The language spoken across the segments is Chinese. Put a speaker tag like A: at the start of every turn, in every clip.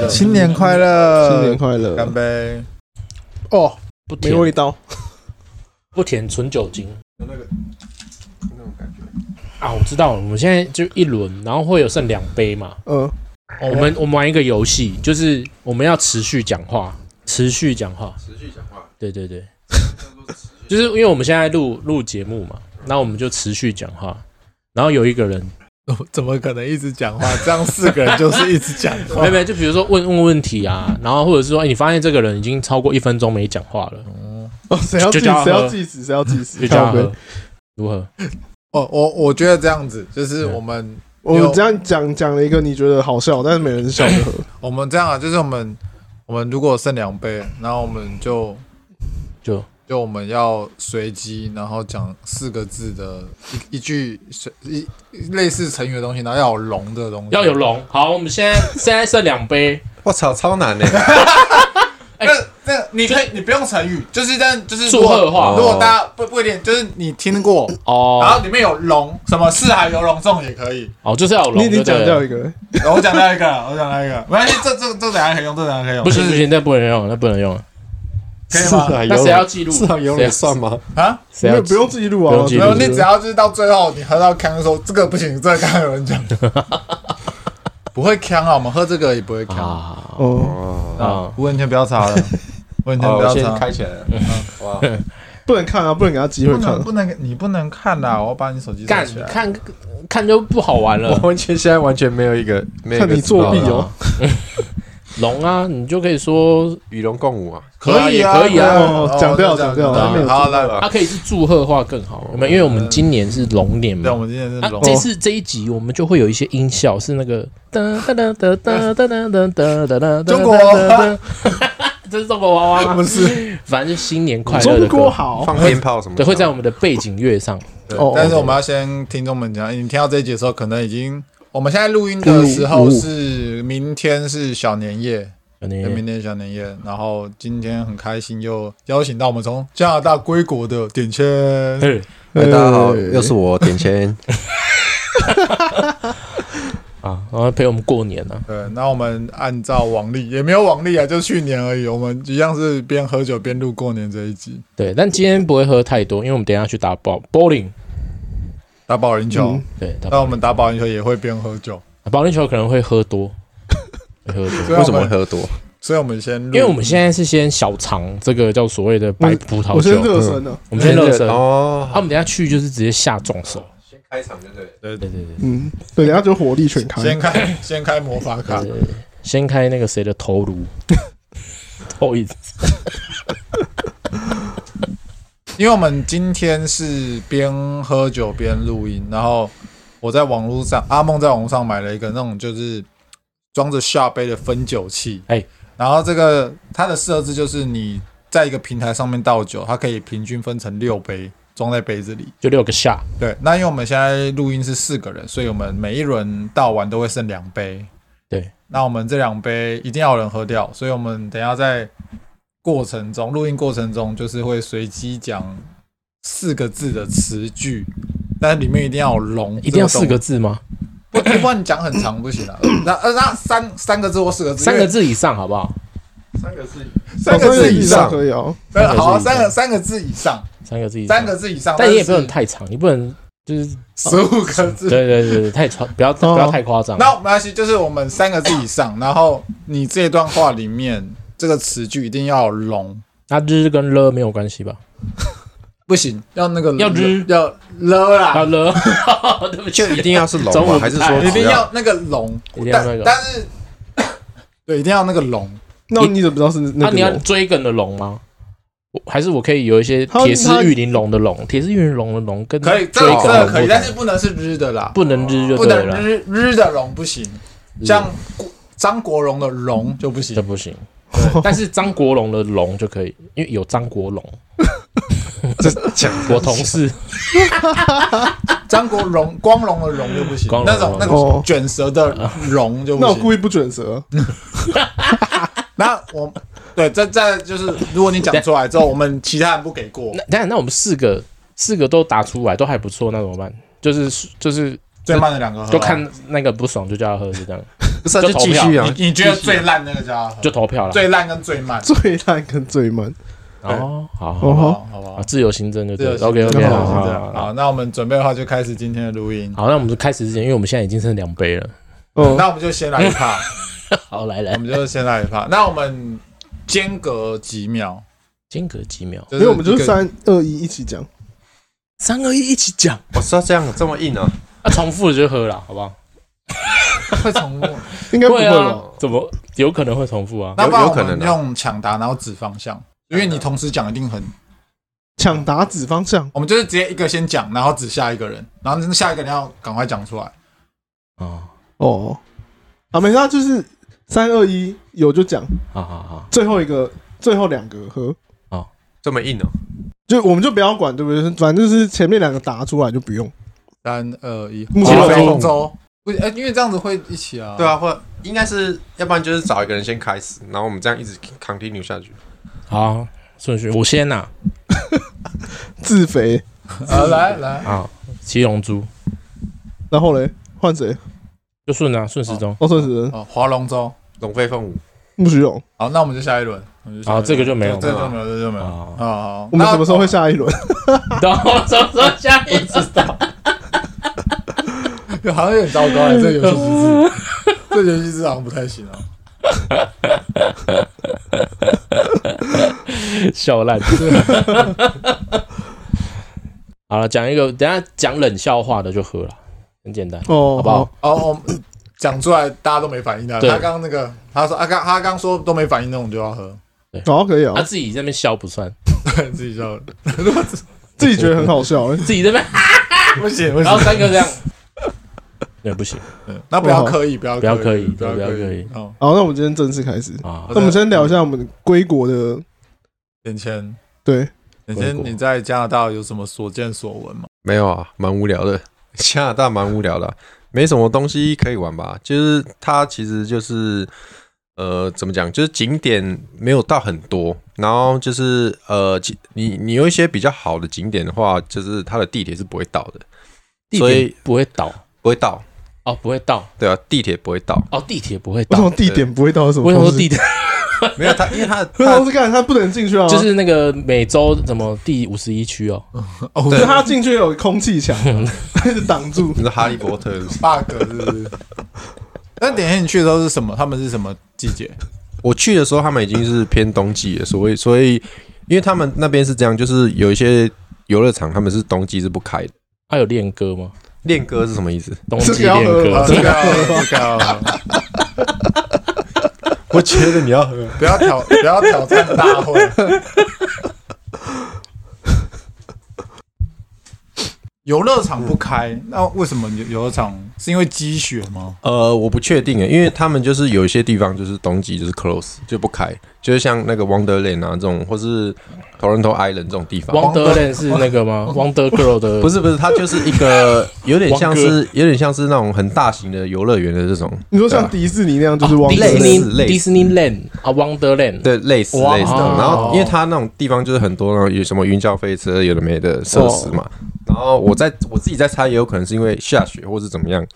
A: 快乐，
B: 新年快乐！
A: 干杯！
B: 哦，
C: 不
B: 没
C: 甜
B: 味道，
C: 不甜，纯酒精
B: 有那个那种感觉。
C: 啊！我知道了，我们现在就一轮，然后会有剩两杯嘛。
B: 嗯，
C: 我们我们玩一个游戏，就是我们要持续讲话，持续讲话，
B: 持续讲话，
C: 对对对，就是因为我们现在录录节目嘛，那我们就持续讲话，然后有一个人，
A: 怎么可能一直讲话？这样四个人就是一直讲话
C: 没。没，就比如说问问问题啊，然后或者是说，哎、你发现这个人已经超过一分钟没讲话了，
B: 哦，谁要
C: 就
B: 计
C: 叫他喝
B: 谁要计时？谁要计
C: 就
B: 时？
C: 叫他
B: 靠背
C: 喝，如何？
A: 哦，我我觉得这样子，就是
B: 嗯
A: 我们
B: 我们这样讲讲了一个你觉得好笑，但是没人笑的。
A: 我们这样啊，就是我们我们如果剩两杯，然后我们就
C: 就
A: 就我们要随机，然后讲四个字的一一句随一类似成语的东西，然后要有龙的东西，
C: 要有。龙。好，我们 现在现在剩两杯，
D: 我操，超难的。
C: 哎、
A: 那你可以，你不用成语，就是但就是
C: 祝贺话
A: 如果大家不不一定，就是你听过，然
C: 哦
A: 后里面有龙，什么四海游龙这种也可以。
C: 哦，就是要有龙。
B: 你已
C: 对
B: 经讲
C: 不对
B: 掉一个，
A: 然后我讲到一个，我讲到一个，没关系，这这这等下可以用，这等下可以用。
C: 不
A: 就
C: 行
A: 是
C: 不，行，那不能用，那不能用。
A: 可以吗
D: 是啊，
C: 那
D: 有
C: 谁要记录？
D: 是啊，有
C: 谁
D: 你算吗？
A: 啊，
C: 谁
B: 没
C: 要
B: 有不用自己录
C: 不
B: 啊
C: 用，记
A: 没
C: 录
A: 有，你只要就是到最后你喝到康的时候，这个不行，这个刚刚有人讲，不会康啊，我们喝这个也不会
C: 啊
A: 康。
B: 哦，
D: 哦，
C: 啊！
A: 吴文天不要查了，吴文天
D: 好，
A: 不
D: 哦我
A: 要
D: 先
A: 查，
D: 开起来了。哇，
B: 不能看啊，不能给他机
A: 不
B: 会看啊
A: 能。不能，你不能看啦，我要把你手机收
C: 干
A: 起
C: 你
A: 来。
C: 看看就不好玩了
D: 我。完全现在完全没有一个，没有一个
B: 看你作弊
D: 知道的
B: 哦
D: 啊，
C: 龙啊，你就可以说
D: 与龙共舞啊！
A: 可以
C: 可以啊
B: 哦讲掉讲掉
D: 还没有
A: 好，来，
C: 它可以是祝贺话更好，有没有？因为我们今年是龙年
A: 对，我
C: 嘛。
A: 们今天是
C: 啊
A: 龙，，
C: 这次这一集我们就会有一些音效，是那 个哒哒哒哒哒哒哒哒哒哒哒，
A: 中国娃娃，
C: 这是中国娃娃
B: 不
C: 吗？
B: 是
C: 反正就新年快乐
B: 中
C: 的
B: 国
C: 歌，
B: 好，
D: 放鞭炮什么的？
C: 对，会在我们的背景乐上。
A: 对
B: 哦
A: 但是我们要先听众们讲，你听到这一集的时候，可能已经我们现在录音的时
B: 五
A: 候
B: 五
A: 是明天是小年夜，
C: 有
A: 对明
C: 点
A: 天小年夜，然后今天很开心又邀请到我们从加拿大归国的点签，
C: 哎
D: 哎大家好，
B: 呃
D: 又是我点签。
C: 啊，然后陪我们过年啊呢。
A: 对，那我们按照往例，也没有往例啊，就去年而已，我们一样是边喝酒边录过年这一集，
C: 对，但今天不会喝太多，因为我们等一下去打保 bowling。
A: 打保龄球
B: 嗯，
C: 对，打
A: 那我们打保龄球也会边喝酒，
C: 保龄球可能会喝 多，会喝多。
A: 所
B: 啊
A: 以
D: 为
A: 我
D: 什么会
A: 们
D: 喝多？
A: 所以我们先录，
C: 因为我们现在是先小尝这个叫所谓的白葡萄
B: 我
C: 酒嗯
B: 先，热身了。
C: 我们先热身，啊，
D: 哦。
C: 我们等一下去就是直接下重手。
D: 先开场就对。
A: 对
C: 对对对
B: 嗯，对，等下就火力全开。
A: 先开先开魔法卡，
C: 对，对先开那个谁的头 颅，头一次
A: 因为我们今天是边喝酒边录音，然后我在网络上，阿梦在网络上买了一个那种就是装着下杯的分酒器，
C: 哎
A: 然后这个它的设置就是你在一个平台上面倒酒，它可以平均分成六杯装在杯子里。
C: 就六个下，
A: 对，那因为我们现在录音是四个人，所以我们每一轮倒完都会剩两杯。
C: 对，
A: 那我们这两杯一定要有人喝掉，所以我们等一下在过程中录音过程中，就是会随机讲四个字的词句，但是里面一定要有“龙”，
C: 一定要四个，字吗？
A: 不不然你讲很长 不行啊。那呃那三三个字或四个字，
C: 三个字以上好不好？
D: 三个字，
A: 三个
B: 哦
A: 字以上，
B: 可以哦。
A: 对好啊，
C: 三
A: 三
C: 个字以上
A: 个三个字以上，
C: 三个字以上，
A: 三个，字以上，
C: 但你也不能太长，你不能就是
A: 十五个 字
C: 对，对对 对，太长，不要不要太夸张。
A: 哦那没关系，就是我们三个字以上，然后你这段话里面这个词句一定要有龙，
C: 那日跟了没有关系吧？
A: 不行，要那个
C: 要日
A: 要了
C: 啊
A: 啦，
C: 了， 对不起
D: 就，一定要是龙
C: 中午
D: 吗？
C: 不
D: 还是
C: 太
D: 说
A: 一定
D: 只
A: 要那个龙
C: 一定，要那
A: 但
C: 个
A: 但是 对，一定要那个龙，
B: 那你怎么知道是
C: 那
B: 那
C: 啊你
B: 个
C: 要
B: 龙？
C: 追梗的龙吗？我还是我可以有一些
B: 他
C: 铁丝
B: 他
C: 玉玲珑的龙，铁丝玉玲珑的龙跟
A: 可以，这
C: 追
A: 个
C: 梗
A: 这
C: 的
A: 个
C: 龙
A: 可以，
C: 不同
A: 但是不能是日的啦，
C: 不能日就
A: 不
C: 对
A: 能
C: 了，
A: 日日的龙不行，
C: 日
A: 像郭张国荣的龙就不
C: 这
A: 行，
C: 不行。对 但是张国荣的龙就可以，因为有张国 荣，
D: 要讲
C: 我同事
A: 张国荣光荣的荣就不行
C: 光，荣
A: 那
C: 的
A: 种
C: 龙哦
A: 那种卷舌的龙就不
B: 那我
A: 行。
B: 故意不准舌。
A: 那我 对，这这就是如果你讲出来之后，我们其他人不给过，
C: 那那那我们四个四个都打出来都还不错，那怎么办？就是就是哦
A: 最慢的两个喝啊
C: 就看那个不爽就叫他喝，就这样。
D: 不是啊
C: 就
D: 就继续啊，
A: 你你觉得最烂那个家伙
C: 就投票了。
A: 最烂跟最慢，
B: 最烂跟最慢。
C: 哦，好好
A: 好不
B: 哦
A: 好？
B: 吼，
A: 好不好
D: 啊
C: 好，？自由新政就
A: 这个是
C: OK
A: 这
C: OK
A: 个
B: 样
A: 是
C: 好
A: 这
C: 好
A: 样
C: 好。
A: 好，那我们准备的话就开始今天的录音。
C: 好，那我们就开始之前，因为我们现在已经剩两杯了。
B: 哦，
A: 那我们就先来一趴，
C: 好，来
A: 我
C: 来，
A: 们就先来一趴。那我们间隔几秒，
C: 间隔几秒，
A: 因
B: 因为我们就是三二一一起讲，
C: 三二一一起讲，
D: 我哦是要这样这么硬啊，
C: 啊，重复的就喝了，好不好？
A: 会 重复，
B: 应该不会
C: 对
B: 吧？
D: 哦
C: 啊，怎么有可能会重复啊？
A: 那不然
D: 有
A: 我
D: 可能
A: 们
D: 啊
A: 用抢答，然后指方向，因为你同时讲一定很，
B: 抢答指方向，
A: 我们就是直接一个先讲，然后指下一个人，然后下一个人要赶快讲出来。
C: 哦，
B: 哦，啊，没事啊，就是三二一有就讲，
C: 好好好，
B: 最后一个最后两个喝，
D: 这么硬哦，
B: 就我们就不要管，对不对？反正就是前面两个答出来就不用。
A: 三二一，
B: 木
C: 星
A: 黄
C: 飞
A: 龙舟，不，呃，因为这样子会一起啊。
D: 对，啊，或应该是，要不然就是找一个人先开始，然后我们这样一直 continue 下去。
C: 好，顺序我先啊呐。
B: 自肥，
A: 啊，来来，
C: 啊，七龙珠
B: 然后嘞换谁？
C: 就顺啊，顺时钟。
B: 哦，顺时人
A: 哦，划龙舟。
D: 龙飞凤舞，
B: 木须勇。
A: 好，那我们就下一轮。我们下一
C: 好
A: 轮
C: 这个就没有
A: 这个就没有，这个就没有。好
C: 啊，
A: 好，
B: 我们什么时候会
A: 那？
B: 下一轮？
C: 等我什么时候下一次？
A: 好像有点糟糕欸，这个游戏机 制，这个游戏机制好像不太行啊。
C: 笑烂。 好了，讲一个，等一下讲冷笑话的就喝了，很简单，
B: 哦，
C: 好不好？？
A: 哦，我们讲出来大家都没反应的。
C: 对
A: 他刚刚那个，他说啊，刚他刚说都没反应那种就要喝，
B: 好，可以啊
C: 他，自己在那边笑不算，
A: 对自己就
B: 自己觉得很好笑。哎
C: 自己在那边，
A: 不行不
C: 然后
A: 行，
C: 三个这样，对，不行
A: 嗯那不要刻意，不要
C: 不要刻意
A: 不要
C: 对不要
A: 刻
C: 刻
A: 意
C: 意。
A: 哦，
B: 好，那我们今天正式开始。
C: 啊
A: 好
B: 那我们先聊一下我们归国的，
A: 点签，
B: 对，
A: 点签，你在加拿大有什么所见所闻吗？
D: 没有啊，蛮无聊的。 加拿大蛮无聊的啊、没什么东西可以玩吧？就是它其实就是呃，怎么讲？就是景点没有到很多，然后就是呃，其你你有一些比较好的景点的话，就是它的地铁是不会到的，
C: 地
D: 所以
C: 铁不会倒
D: 不会到，
C: 哦，不会倒
D: 对啊，地铁不会到。
C: 哦，地铁不会
B: 为什么
C: 倒。
B: 地点不会到什么？
C: 为什么说地？铁
D: 没有它，因为它
B: 为什么
D: 它
B: 是干？他不能进去啊？
C: 就是那个美洲什么第五十一区哦？
A: 哦，
B: 就他进去有空气墙， 他一直挡住。
D: 你说哈利波特是不是
A: bug 是不 是？那点进去的时候是什么？他们是什么季节？
D: 我去的时候，他们已经是偏冬季了，所以所以，因为他们那边是这样，就是有一些游乐场他们是冬季是不开的。
C: 他有练歌吗？
D: 练歌是什么意思？
C: 冬
B: 这
C: 季
B: 个要
C: 练
B: 喝
C: 歌
B: 了
A: 啊，
B: 吧
A: 这个要这个要
D: 我觉得你要喝，
A: 不要 挑不要挑战大 会。游乐场不开，那为什么游游乐场是因为积雪吗？
D: 呃，我不确定诶，因为他们就是有一些地方就是冬季就是 close 就不开，就是像那个 Wonderland 啊这种，或是 Toronto Island 这种地方。
C: Wonderland 是那个吗？Wonder Girl 的
D: 不是不是，它就是一个有点像
C: 王
D: 是有点像是那种很大型的游乐园的这种，
B: 你说像迪士尼那样，就是往
C: 迪
D: 类
C: 士
D: 似
C: 尼
D: 类
C: 迪士尼啊 land 啊，Wonderland
D: 对类似
A: 哇
D: 类似的。
C: 哦
D: 然后因为它那种地方就是很多那种有什么云霄飞车有的没的设施嘛。然后我在我自己在猜，也有可能是因为下雪或是怎么样，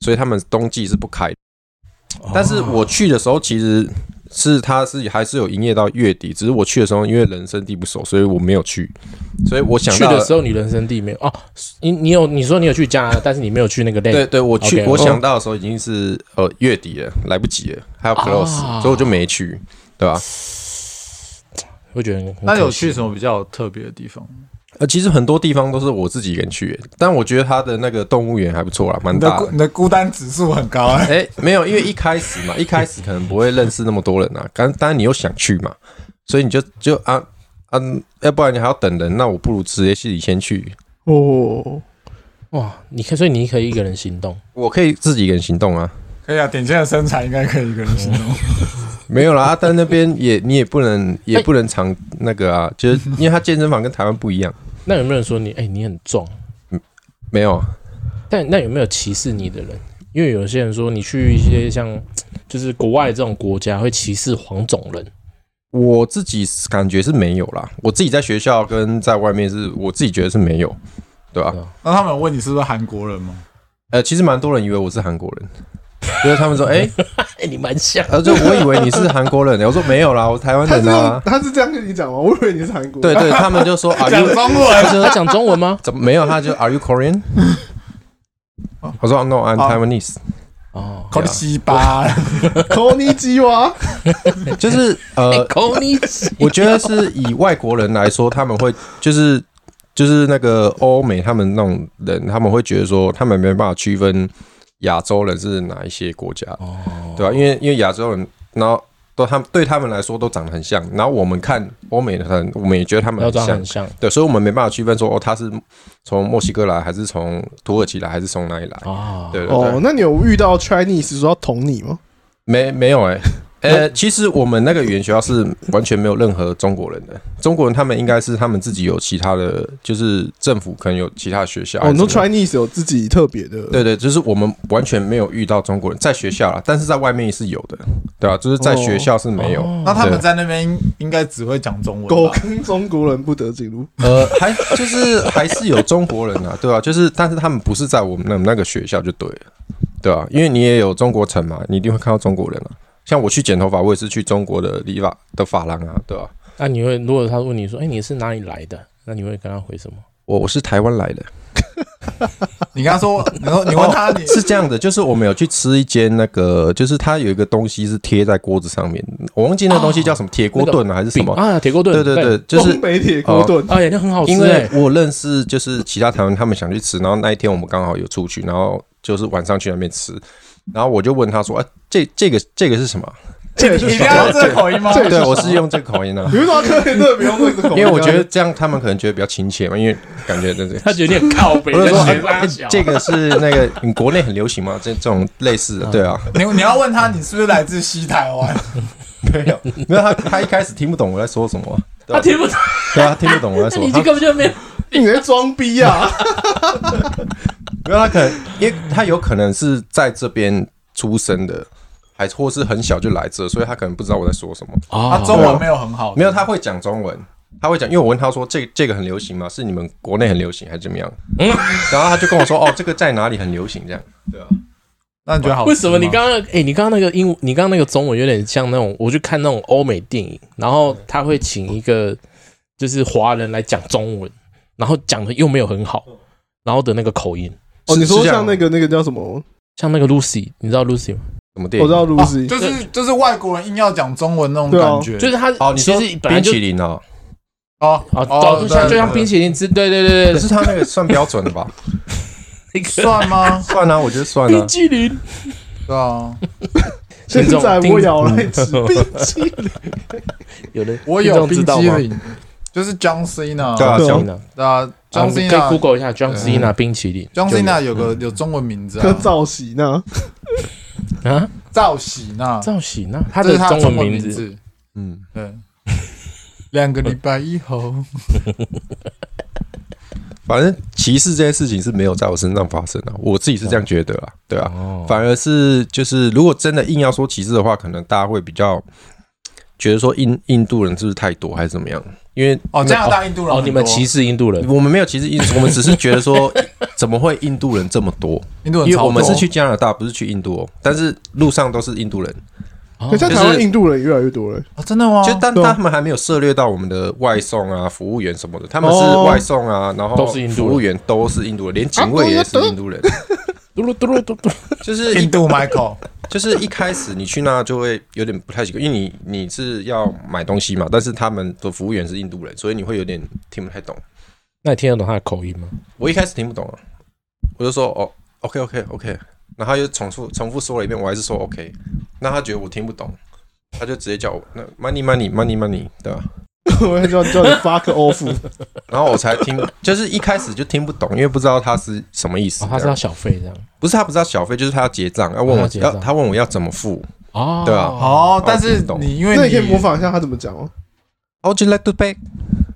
D: 所以他们冬季是不开的
C: 哦
D: 但是我去的时候，其实是它是还是有营业到月底，只是我去的时候因为人生地不熟，所以我没有去。所以我想
C: 去
D: 到
C: 的时候，你人生地没有哦，你你有你说你有去加拿 大，但是你没有去那个 land，
D: 对对，我去
C: OK，
D: 我
C: 哦
D: 想到的时候已经是呃月底了，来不及了，还有 close，、
C: 啊
D: 所以我就没去，对吧、
C: 会觉得很
A: 那有
C: 可惜
A: 去什么比较特别的地方？
D: 呃，其实很多地方都是我自己一个人去，但我觉得它的那个动物园还不错啦，蛮
A: 你的
D: 大
A: 孤
D: 的。
A: 你的孤单指数很高啊！
D: 哎、没有，因为一开始嘛，一开始可能不会认识那么多人啊，刚当然你又想去嘛，所以你就就啊啊，要不然你还要等人，那我不如直接自己先去，
B: 哦，
C: 哇？你看，所以你可以一个人行动，
D: 我可以自己一个人行动啊，
A: 可以啊，点签的身材应该可以一个人行 动。
D: 没有啦，啊、但那边也 你也不能也不能常那个啊，就是因为它健身房跟台湾不一样，
C: 那有没有人说你哎、你很壮？
D: 没有啊，
C: 但那有没有歧视你的人？因为有些人说你去一些像就是国外这种国家会歧视黄种人，
D: 我自己感觉是没有啦，我自己在学校跟在外面是我自己觉得是没有，对吧、
C: 对啊
A: 那他们有问你是不是韩国人吗？
D: 呃，其实蛮多人以为我是韩国人，就是他们说，哎、
C: 哎，你蛮像。
D: 而且我以为你是韩国人，我说没有啦，我台湾
B: 他是
D: 人
B: 用
D: 啊。
B: 他是这样跟你讲吗？我以为你是韩国
D: 对
B: 人，
D: 对，他们就说 Are
A: 讲
D: you
A: 中 文，
C: 他讲中文吗？
D: 怎么没有？他就 Are you Korean？我说 No, I'm
A: 哦
D: Taiwanese。
C: 哦，
A: 考你西巴，
B: 扣你鸡哇，
D: 就是呃，
C: 口你
D: 我觉得是以外国人来说，他们会就是就是那个欧美他们那种人，他们会觉得说他们没办法区分亚洲人是哪一些国家，
C: 哦
D: 对啊吧、因为因为亚洲人，然后都他们对他们来说都长得很像，然后我们看欧美的人，我们也觉得他们
C: 要
D: 很
C: 长
D: 像
C: 很，像
D: 对，所以我们没办法区分说哦，他是从墨西哥来，还是从土耳其来，还是从哪里来？
C: 啊。
D: 对对对，
B: 哦，那你有遇到 Chinese 说要捅你吗？
D: 没没有哎、呃，其实我们那个语言学校是完全没有任何中国人的，中国人他们应该是他们自己有其他的，就是政府可能有其他学校。
B: 哦，你说
D: 啊还是怎么样
B: Chinese 有自己特别的，
D: 对对，就是我们完全没有遇到中国人在学校啦，但是在外面是有的，对啊，就是在学校是没有，
A: 那他们在那边应应该只会讲中文
B: 嗯狗
A: 吧。
B: 跟中国人不得进入。
D: 呃，还就是还是有中国人啊，对啊，就是但是他们不是在我们那那个学校就对了，对啊，因为你也有中国城嘛，你一定会看到中国人啊。像我去剪头发，我也是去中国的理发的发廊啊，对吧、
C: 那你会，如果他问你说，哎，你是哪里来的？那你会跟他回什么？
D: 我我是台湾来的，
A: 你跟他说，你说你问
B: 哦
A: 他，你
D: 是这样的，就是我们有去吃一间那个，就是它有一个东西是贴在锅子上面，我忘记那个东西叫什么，铁锅炖啊还是什
C: 饼
D: 么？
C: 啊，铁锅炖。
D: 对对对，，就是
B: 东北铁锅炖，
C: 哎呀，那很好吃
D: 因为
C: 哎。
D: 我认识就是其他台湾，他们想去吃，然后那一天我们刚好有出去，然后就是晚上去那边吃，然后我就问他说：“哎、这这个这个是什么
B: 这也
A: 你
B: 是
A: 一定要用这个口音吗？”
B: 这也
D: 对，我是用这个口音啊
B: 你，为什么特别特别用这 个口音啊？
D: 因为我觉得这样他们可能觉得比较亲切嘛，因为感觉对对。
C: 他觉得你很靠北，
D: 我就说、
C: 在
D: 哎
C: 学他小
D: 这个是那个你国内很流行吗？这这种类似的，对啊，
A: 你你要问他，你是不是来自西台湾？
D: 没有， 没有，他他一开始听不懂我在说什么，对
C: 他
D: 啊
C: 听不懂，
D: 对啊，他听不懂我在
C: 那
D: 说
C: 你
D: 什
C: 就
D: 么，
C: 根本就没有。
B: 你在装逼啊！
D: 他没有，他可能，因为他有可能是在这边出生的，还或是很小就来这，所以他可能不知道我在说什么。
A: 他
C: 啊
A: 中文没有很好，
D: 没有，他会讲中文，他会讲，因为我问他说这这个很流行吗？是你们国内很流行还是怎么样？
C: 嗯
D: 然后他就跟我说哦，这个在哪里很流行这样。
A: 那你觉得
D: 啊
A: 好吃吗？
C: 为什么你刚刚哎、诶你刚刚那个英文，你刚刚那个中文有点像那种，我去看那种欧美电影，然后他会请一个就是华人来讲中文，然后讲的又没有很好，然后的那个口音，
B: 哦，
D: 是
B: 你说
D: 是这样
B: 像那个那个叫什么？
C: 像那个 Lucy，你知道 Lucy 吗？
D: 什么电
B: 我
D: 影？
B: 知道
A: 啊
B: Lucy，
A: 就是就是外国人硬要讲中文那种
B: 对啊
A: 感觉，
C: 就是他
D: 哦，你
C: 其
D: 说
C: 实本来
D: 冰
C: 就
D: 淇淋哦，
A: 哦
C: 啊，
A: 哦
C: 就像就像
A: 对
C: 冰淇淋之，对对对
D: 可
C: 对
D: 是他那个算标准的吧？
C: 那
A: 对
C: 个
A: 算吗？
D: 算啊，我觉得算啊
C: 冰。淇淋，
A: 对啊，
B: 现
C: 听众
B: 在我咬来
C: 听
B: 吃冰淇淋，
C: 有人
A: 我有
C: 听众知
A: 冰
C: 道
A: 激
C: 吗？
A: 凌，就是 John Cena，
D: 对啊，
B: 对啊
D: 讲
C: 啊
A: 对啊
C: 我
A: ，John
C: 们可以
A: Cena。
C: Google 一下 John Cena 冰淇淋
A: John
C: 就有
A: Cena 有个有中文名字
B: 跟
A: 啊，
B: 嗯赵喜那
C: 啊，
A: 赵喜娜，
C: 赵喜娜，他
A: 这
C: 的
A: 是他的
C: 中
A: 中
C: 文
A: 文
C: 名
A: 名
C: 字，
A: 字。
D: 嗯，
A: 对，两个礼拜以后，
D: 反正歧视这件事情是没有在我身上发生的、啊我自己是这样觉得啊，对啊。
C: 哦
D: 反而是就是，如果真的硬要说歧视的话，可能大家会比较觉得说印印度人是不是太多还是怎么样？因为
A: 哦，加拿大印度人
C: 哦，你们歧
A: 实
C: 视印度人，
D: 我们没有歧视印， 我们只是觉得说怎么会印度人这么多？
A: 印度人
D: 因为
A: 超多，
D: 我们是去加拿大，不是去印度、哦，但是路上都是印度人，
B: 可像
D: 就是
B: 台湾印度人也越来越多了。
A: 哦，真的吗？
D: 就但
B: 对啊
D: 他们还没有涉猎到我们的外送啊、服务员什么的，他们是
B: 哦
D: 外送啊，然后
C: 都是印度人
D: 服务员都是印度人，连警卫也是印度人，
C: 嘟噜嘟噜嘟噜，
D: 就是 一
A: 印度 Michael，
D: 就是一开始你去那就会有点不太习惯，因为你你是要买东西嘛，但是他们的服务员是印度人，所以你会有点听不太懂。
C: 那你听得懂他的口音吗？
D: 我一开始听不懂啊，我就说哦，OK OK OK，然后他又重复重复说了一遍，我还是说 OK，那他觉得我听不懂，他就直接叫我那 money money money money，对吧？
B: 我会叫叫你 fuck off，
D: 然后我才听，就是一开始就听不懂，因为不知道他是啊什么意思
C: 哦，
D: 这
C: 他
D: 样。
C: 是要小费这样。
D: 不是他不知道小费，就是他要结账，啊要问
C: 他要
D: 我
C: 结账
D: 要他问我要怎么付。
C: 哦
D: 对啊
A: 哦，但
D: 我
A: 是
D: 听懂
A: 你因为
B: 那你
A: 你
B: 可以模仿一下他怎么讲哦。
D: How would you like to pay？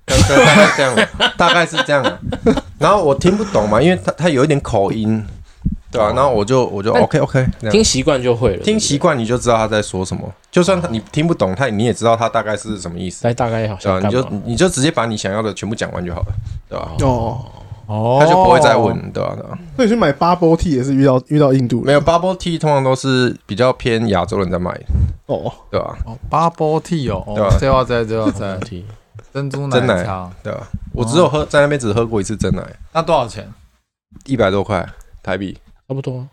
D: 大概这样，大概是这样啊。然后我听不懂嘛，因为他他有一点口音，对吧、然后我就我就
C: 但
D: OK OK，这样
C: 听习惯就会了，
D: 听习惯你就知道他在说什么。就算他你听不懂他，你也知道他大概是什么意思，
C: 来大概好
D: 对吧、啊
C: 像
D: 你
C: 干
D: 就
C: 嘛？
D: 你就直接把你想要的全部讲完就好了，对吧、
B: 哦，
A: 哦
D: 他就不会再问，对吧、对吧
B: 那你去买 bubble tea 也是遇到遇到印度人
D: 没有 bubble tea 通常都是比较偏亚洲人在卖，
B: 哦，
D: 对吧、
A: 哦，bubble tea 哦，
D: 对
A: 哦
D: 啊
A: 这要在这要在
C: 问题
A: 珍珠
D: 真
A: 奶
D: 奶
A: 茶，
D: 对吧、我只有喝在那边只喝过一次真奶，
A: 那多少钱？
D: 一百多块台币。
C: 差不多啊。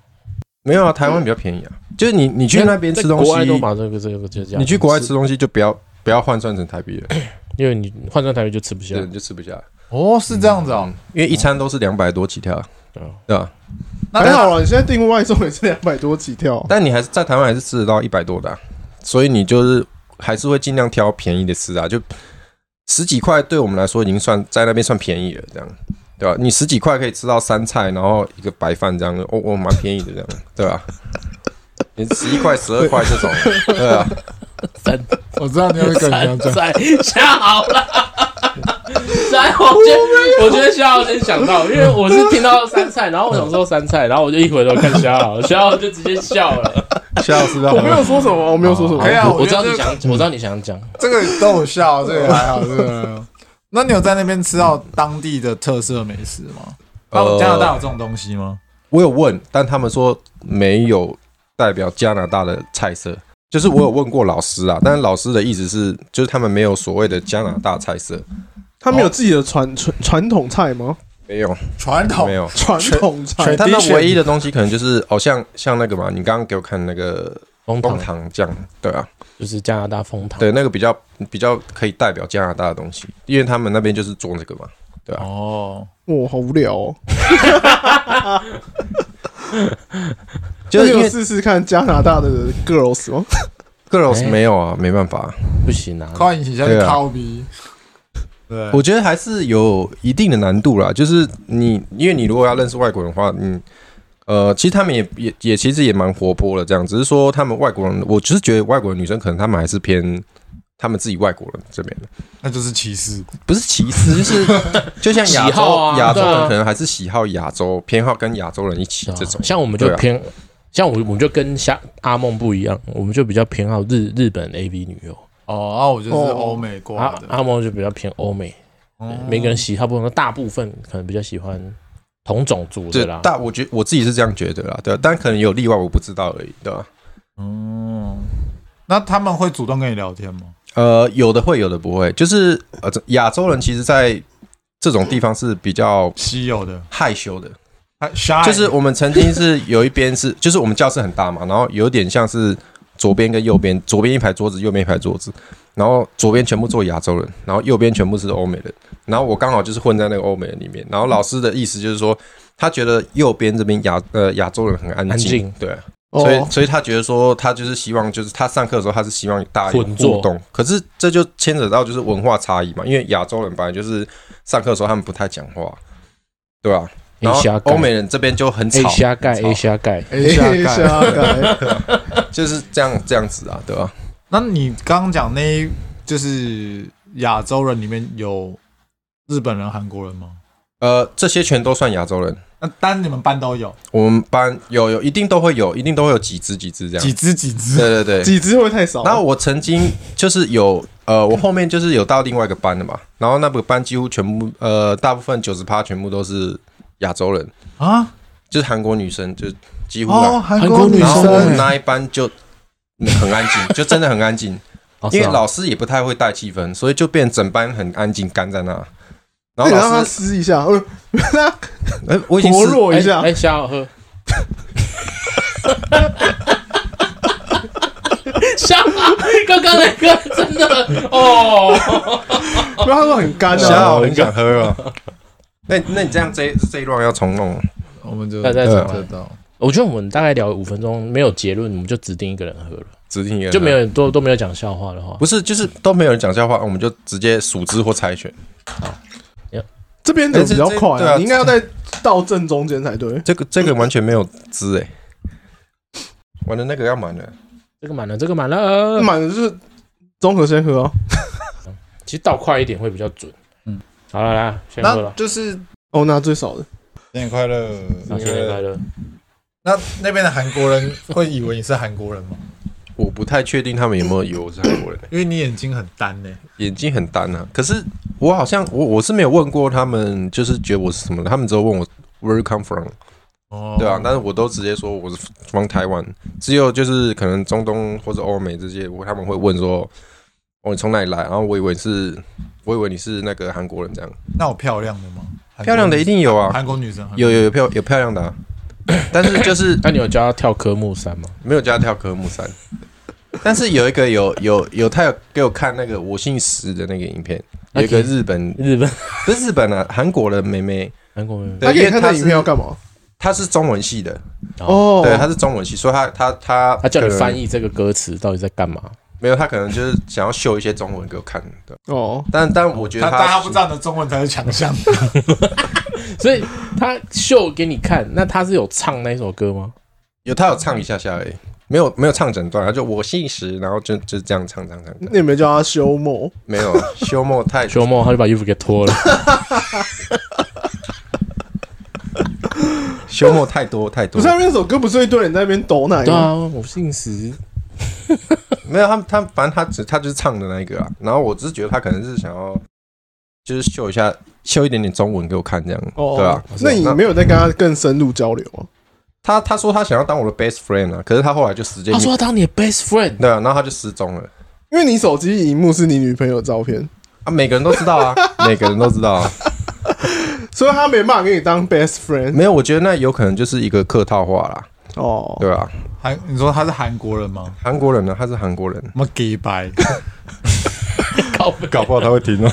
D: 没有啊，台湾比较便宜啊。就是你你去那边吃东
C: 在国外都
D: 西，
C: 把这个这个就这样，
D: 你去国外吃，东西就不要不要换算成台币了，
C: 因为你换算台币就吃不下
D: 对，。你就吃不下。
A: 哦，是这样子哦，
D: 因为一餐都是两百多起跳，
C: 嗯
D: 对吧？
A: 那
B: 还好了，你现在订外送也是两百多起跳，
D: 但你还是在台湾还是吃得到一百多的啊、所以你就是还是会尽量挑便宜的吃啊。就十几块对我们来说已经算在那边算便宜了，这样对吧？你十几块可以吃到三菜，然后一个白饭这样，哦，我、哦、蛮便宜的这样，对吧？你十一块、十二块这种，对 啊，
C: 三
A: 我知道你有一个人想 讲，
C: 三吓好了。 三，我觉得我觉得夏浩先想到，因为我是听到三菜，然后我想说三菜，然后我就一回头看夏 浩，夏浩就直接笑了。
D: 夏老师啊，
B: 我没有说什么，我没有说什么
A: 哎，呀，
C: 我知
A: 觉
C: 道
A: 得
C: 你
A: 这个
C: 想，我知道你想讲，
A: 这个逗笑，这个还好，这个。 那你有在那边吃到当地的特色美食吗？
D: 呃
A: 加拿大有这种东西吗？
D: 我有问，但他们说没有代表加拿大的菜色。就是我有问过老师啊，但是老师的意思是，就是他们没有所谓的加拿大菜色，
B: 他们有自己的传传传统菜吗？
D: 没有，
A: 传统
D: 没有。
B: 传统菜
A: 全
D: 他们
A: Tradition
D: 唯一的东西可能就是哦，像像那个嘛，你刚刚给我看那个
C: 枫
D: 枫
C: 糖
D: 糖酱，对啊，
C: 就是加拿大枫糖，
D: 嗯对，那个比较比较可以代表加拿大的东西，因为他们那边就是做那个嘛，
A: 哦，
B: 哇，好无聊哦，
D: 就是
B: 那
D: 因
B: 你有
D: 为
B: 试试看加拿大的 girls 吗？
D: girls 没有啊，没办法，
C: 不行啊，
A: 快你下去靠逼。对，
D: 我觉得还是有一定的难度啦，就是你，因为你如果要认识外国人的话，嗯，呃，其实他们也也也其实也蛮活泼的，这样，只是说他们外国人，我只是觉得外国人女生可能他们还是偏他们自己外国人这边的，
A: 那就是歧视。
D: 不是歧视，就是 就像亚
C: 喜好啊
D: 洲亚、洲
C: 对啊
D: 人可能还是喜好亚洲，偏好跟亚洲人一起
C: 对啊
D: 这种，
C: 像我们就
D: 对啊
C: 偏，像我我们就跟夏阿梦不一样，我们就比较偏好日日本 A V 女优，
A: 哦，那我就是
B: 哦
A: 欧美过来
C: 阿
A: 的。哦
C: 阿梦就比较偏欧美，
D: 哦
C: 对啊每个人喜好不同，大部分可能比较喜欢同种族
D: 对
C: 的啦。
D: 但我觉我自己是这样觉得啦，对啊、但可能有例外，我不知道而已，对吧、啊
A: 嗯，那他们会主动跟你聊天吗？
D: 呃，有的会，有的不会，就是呃，这亚洲人其实在这种地方是比较
A: 稀有的，啊
D: 害羞的，
A: 还 shy
D: 就是我们曾经是有一边是， 就是我们教室很大嘛，然后有点像是左边跟右边，左边一排桌子，右边一排桌子，然后左边全部坐亚洲人，然后右边全部是欧美人，然后我刚好就是混在那个欧美人里面，然后老师的意思就是说，他觉得右边这边亚呃亚洲人很安
C: 安
D: 静
C: 静，
D: 对啊、
B: 哦
D: 所以，所以他觉得说，他就是希望，就是他上课的时候，他是希望大家有
C: 混坐
D: 互动。可是这就牵扯到就是文化差异嘛，因为亚洲人本来就是上课的时候他们不太讲话，对吧、然
C: A
D: 后
C: 虾盖
D: 欧美人这边就很
C: A
D: 吵，
C: 虾盖
D: 很吵
C: A 虾盖，
A: 哎瞎
B: 哎
A: 干
B: 瞎改
D: 就是这样这样子啊，对吧、
A: 那你刚刚讲那一就是亚洲人里面有日本人、韩国人吗？
D: 呃，这些全都算亚洲人。
A: 那当然你们班都有，
D: 我们班有有一定都会有，一定都会有几只几只这样。
A: 几只几只。
D: 啊对对对。
B: 几只会太少，
D: 然后我曾经就是有呃，我后面就是有到另外一个班的嘛，然后那个班几乎全部呃，大部分九十趴全部都是亚洲人。
A: 啊，
D: 就是韩国女生，就几乎
A: 哦，
D: 啊。
A: 韩
C: 国女
A: 女
D: 然后我
A: 生
D: 们那一班就很安静，就真的很安静，
C: 哦
D: 因为
C: 是啊
D: 老师也不太会带气氛，所以就变整班很安静，干在那。然后
B: 那你让他
D: 老师，
B: 撕一下，呃，
D: 哎，我已经
B: 薄
D: 试，
B: 弱一下
C: 哎，哎虾好 喝。虾，刚刚那个真的哦，
B: 不要他说很干
D: 想
B: 啊，
D: 好很想喝 啊。那那你这样这一这一 round 要重弄，
A: 我们就
C: 大家
D: 知
A: 知
D: 道
A: 道。
C: 我觉得我们大概聊五分钟，没有结论，我们就指定一个人喝了，
D: 只听一个人
C: 就没
D: 喝
C: 有都都没有讲笑话的话
D: 不，是就是都没有人讲笑话，我们就直接数支或猜拳。
B: 这边怎么比较
D: 哎这这
B: 快
D: 对啊
B: 啊？你应该要在到正中间才对。
D: 这个这个完全没有支哎，完了那个要满了，
C: 这个满了，这个满了，
B: 满的就是综合先喝啊。
C: 其实倒快一点会比较准。嗯
A: 嗯，
C: 好了，来先喝
A: 那
C: 了，
A: 就是
B: 哦，那最少的，
A: 新年快乐。
C: 那新年快乐。
A: 那那边的韩国人会以为你是韩国人吗？
D: 我 不太确定他们有没有以为我是韩国人。
A: 因为你眼睛很单呢。
D: 眼睛很单啊。可是我好像我我是没有问过他们，就是觉得我是什么，他们只有问我 Where you come from，
A: 哦
D: 对啊，但是我都直接说我是 from 台湾，只有就是可能中东或者欧美这些，我他们会问说哦你从哪里来，然后我以为是，我以为你是那个韩国人这样，
A: 那有漂亮的吗？韩国
D: 漂亮的一定有啊，
A: 韩国女生很
D: 有有有漂有漂亮的、啊， 但是就是
C: 那你有教他跳科目三吗？
D: 没有叫他跳科目三，但是有一个有有有他有给我看那个我姓石的那个影片，有一个
C: Okay
D: 日本
C: 日本、
D: 不是日本啊，韩国的妹妹，
C: 韩国人，
D: 对
B: 他可
D: 因
B: 以
D: 为
B: 看
D: 他
B: 那影
D: 是
B: 片要干嘛？
D: 她是中文系的，
C: 哦
B: 哦，
D: 对，她是中文系，所以她她她
C: 他叫你
D: 可能
C: 翻译这个歌词到底在干嘛？
D: 没有，她可能就是想要秀一些中文给我看的，
B: 哦，
D: 但但我觉得
A: 他
D: 她
A: 但他不知道你的中文才是 强项，
C: 所以他秀给你看，那他是有唱那首歌吗？
D: 有她有唱一下下而已，没有没有唱整段，她啊就我姓石，然后就就这样唱唱唱，
B: 你有没有叫他修某？
D: 没有啊休谟太
C: 秋梦他就把衣服给脱 了，
D: 休谟太多太
B: 不
D: 多
B: 是，，啊他那首歌不是一堆人在那边抖奶
C: 对
B: 吗？
C: 啊，我姓石，
D: 没有他他反正他只他就是唱的那一个啊，然后我只是觉得他可能是想要就是秀一下秀一点点中文给我看这样，
B: 哦，
D: 对啊，
B: 那你没有在跟他更深入交流啊？
D: 他他说他想要当我的 best friend 啊，可是他后来就时间
C: 他说他当你的 best friend，
D: 对啊，然后他就失踪了。
B: 因为你手机荧幕是你女朋友的照片，
D: 啊，每个人都知道啊，每个人都知道啊。
B: 所以他没办法给你当 best friend
D: 没有，我觉得那有可能就是一个客套话啦，
B: 哦。
D: 对啊，
A: 韩你说他是韩国人吗？
D: 韩国人呢，他是韩国 人，
A: 什么 gay 白？
C: 靠，
D: 搞不好他会听哦。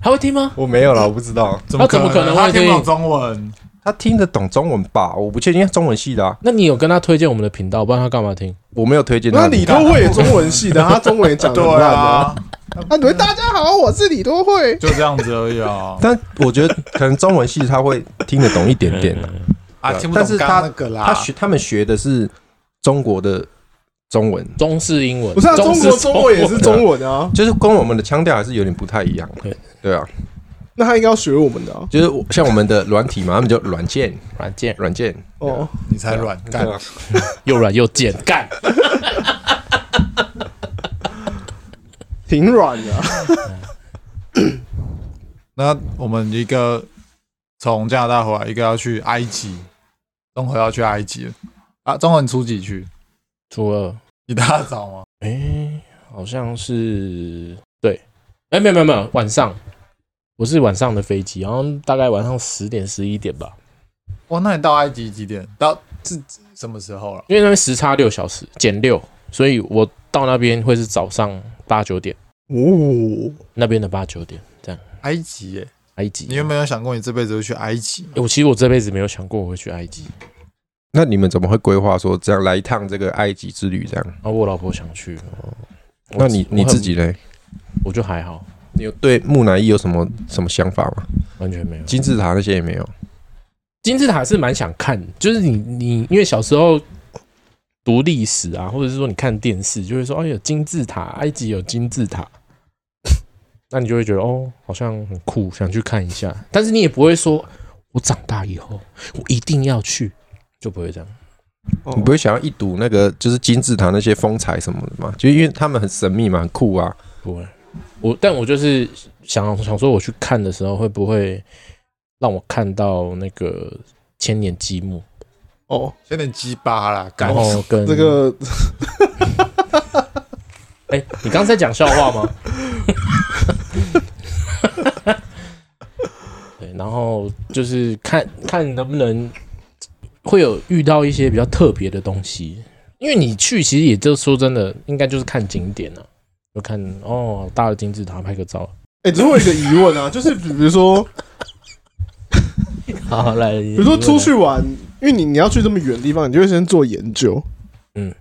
C: 他会听吗？
D: 我没有啦，我不知道，
A: 怎
C: 他
A: 么
C: 怎么可能
A: 他
C: 会
A: 听不
C: 听
A: 懂中文？
D: 他听得懂中文吧？我不确定，因为他中文系的啊，
C: 那你有跟他推荐我们的频道，不然他干嘛听？
D: 我没有推荐他。。
B: 那李多慧也中文系的，他中文也讲得
A: 对
B: 很烂啊。
A: 啊，
B: 他只会大家好，我是李多慧。
A: 就这样子而已啊
D: 但我觉得可能中文系他会听得懂一点点啊。
A: 啊，
D: 对
A: 听不
D: 但
A: 懂
D: 是
A: 刚
D: 他
A: 刚那个啦。
D: 他学他们学的是中国的中文，
C: 中式英文，
B: 不是啊，中
C: 式
B: 国中文也是中文啊，
D: 就是跟我们的腔调还是有点不太一样
C: 对。
D: 对啊，
B: 那他应该要学我们的啊。
D: 就是我像我们的软体嘛，他们叫软件，
C: 软件
D: 软件
B: 哦，
A: 你才软干
D: 对，啊
C: 又软又贱，干。
B: 挺软 的啊。
A: 那我们一个从加拿大回来，一个要去埃及，综合要去埃及了啊。中文初几去？
C: 初二，
A: 一大早吗？
C: 哎、好像是对，哎、没有没有没有，晚上我是晚上的飞机，然后大概晚上十点十一点吧，
A: 哇，那你到埃及几点？到是什么时候了？啊
C: 因为那边时差六小时减六，所以我到那边会是早上八九点，
B: 哦，
C: 那边的八九点这样。
A: 埃及耶、
C: 埃及，
A: 你有没有想过你这辈子会去埃及？
C: 诶我其实我这辈子没有想过我会去埃及，
D: 那你们怎么会规划说这样来一趟这个埃及之旅？这样？
C: 然后我老婆想去，我
D: 哦那你
C: 我
D: 你
C: 很
D: 自己嘞？
C: 我就还好，
D: 你有对木乃伊有什么什么想法吗？
C: 完全没有。
D: 金字塔那些也没有。
C: 金字塔是蛮想看，就是你你因为小时候读历史啊，或者是说你看电视，就会说哎有金字塔，埃及有金字塔， 那你就会觉得哦好像很酷，想去看一下。但是你也不会说我长大以后我一定要去，就不会这样。
B: 哦
D: 你不会想要一睹那个就是金字塔那些风采什么的吗？就因为他们很神秘嘛，很酷啊。
C: 不会，我但我就是想想说，我去看的时候会不会让我看到那个千年积木，
B: 哦，
A: 有点鸡巴啦，
C: 然
A: 干
C: 后跟
B: 这个
C: 哎、你刚才讲笑话吗？ 对，然后就是看看能不能会有遇到一些比较特别的东西，因为你去其实也就说真的，应该就是看景点啊，就看哦大的金字塔拍个照。
B: 哎，只会有一个疑问啊，就是比如说，
C: 好，来，比
B: 比如说出，去玩，因为你你要去这么远的地方，你就会先做研究。
C: 嗯，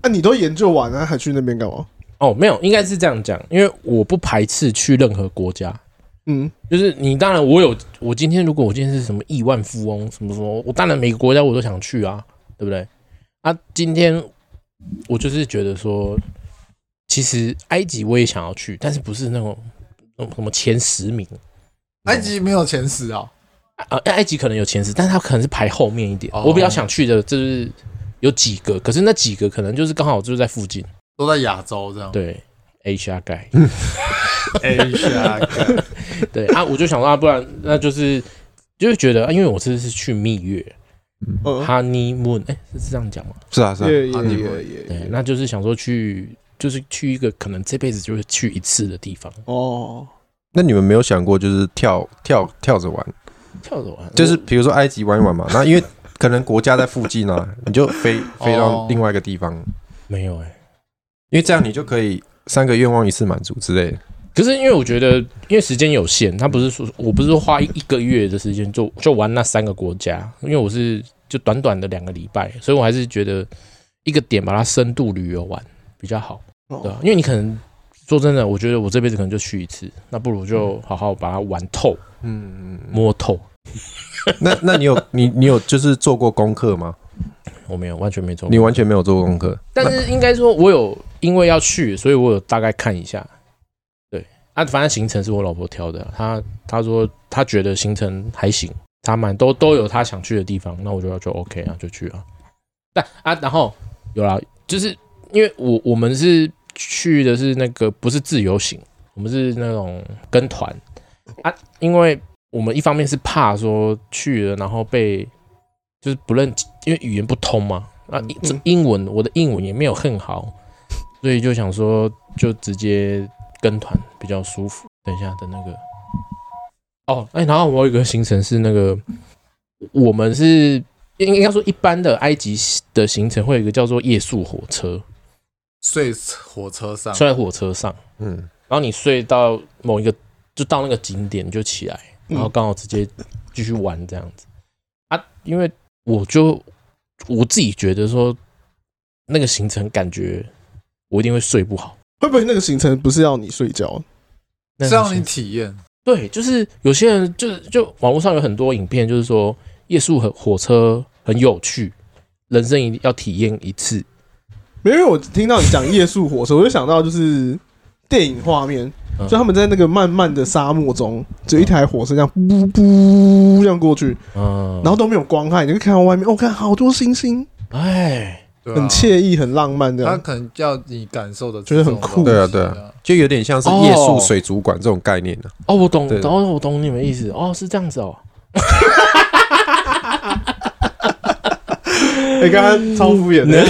B: 啊，你都研究完了，还去那边干嘛？
C: 哦，没有，应该是这样讲，因为我不排斥去任何国家，
B: 嗯，
C: 就是你当然我有，我今天如果我今天是什么亿万富翁什么什么，我当然每个国家我都想去啊，对不对？啊，今天我就是觉得说，其实埃及我也想要去，但是不是那种那种什么前十名，
A: 埃及没有前十啊、
C: 啊、埃及可能有前十，但是它可能是排后面一点。
A: 哦
C: 我比较想去的就是有几个，可是那几个可能就是刚好就是在附近，
A: 都在亚洲这样。
C: 对，Asia guy，
A: 哎，是啊，
C: 对啊，我就想说啊，不然那就是就是觉得，啊因为我这次是去蜜月
B: 嗯，
C: honeymoon，哎、是是这样讲吗？
D: 是啊是啊，
B: 也
D: 啊
B: 也
D: 你
B: 也也
C: 对，那就是想说去，就是去一个可能这辈子就会去一次的地方，
B: 哦，
D: 那你们没有想过就是跳跳跳着玩，
C: 跳啊着玩，
D: 就是比如说埃及玩一玩嘛，那因为可能国家在附近 啊，你就飞飞
A: 哦
D: 到另外一个地方，
C: 没有哎、
D: 因为这样你就可以三个愿望一次满足之类的。
C: 可是因为我觉得，因为时间有限，他不是说我不是说花一一个月的时间就就玩那三个国家，因为我是就短短的两个礼拜，所以我还是觉得一个点把它深度旅游完比较好，
B: 哦
C: 对、啊、因为你可能说真的，我觉得我这辈子可能就去一次，那不如就好好把它玩透、
D: 嗯，
C: 摸透。
D: 那那你有你你有就是做过功课吗？
C: 我没有，完全没做过。
D: 你完全没有做过功课，
C: 但是应该说，我有因为要去，所以我有大概看一下。对啊，反正行程是我老婆挑的，啊她她说她觉得行程还行，她蛮都都有她想去的地方，那我就要就 OK 啊，就去啊。但啊，然后有啦，就是因为我我们是去的是那个不是自由行，我们是那种跟团啊，因为我们一方面是怕说去了然后被就是不认，因为语言不通嘛，啊，英这英文我的英文也没有很好，所以就想说就直接跟团比较舒服。等一下的那个，哦，哎、然后我有一个行程是那个，我们是应应该说一般的埃及的行程会有一个叫做夜宿火车，
A: 睡火车上，
C: 睡在火车上，
D: 嗯，
C: 然后你睡到某一个，就到那个景点你就起来，然后刚好直接继续玩这样子啊。因为我就我自己觉得说，那个行程感觉我一定会睡不好。
B: 会不会那个行程不是要你睡觉？
C: 那个
A: 是让
C: 行
A: 你
C: 程
A: 体验。
C: 对，就是有些人就是就网络上有很多影片，就是说夜宿和火车很有趣，人生一定要体验一次。
B: 没有，因为我听到你讲夜宿火车，我就想到就是电影画面，
C: 嗯
B: 就他们在那个漫漫的沙漠中，只有一台火车这样噗噗这样过去，
C: 嗯，
B: 然后都没有光害，你就看到外面，哦，看好多星星，
C: 哎，
A: 对啊
B: 很惬意，很浪漫这
A: 他
B: 样。
A: 可能要你感受的，
B: 觉得很酷
D: 对啊对啊，就有点像是夜宿水族馆这种概念啊。
C: 哦，我懂，
D: 对
C: 懂，我懂你们意思。哦，是这样子哦。
D: 嗯
B: 你刚刚超敷衍的，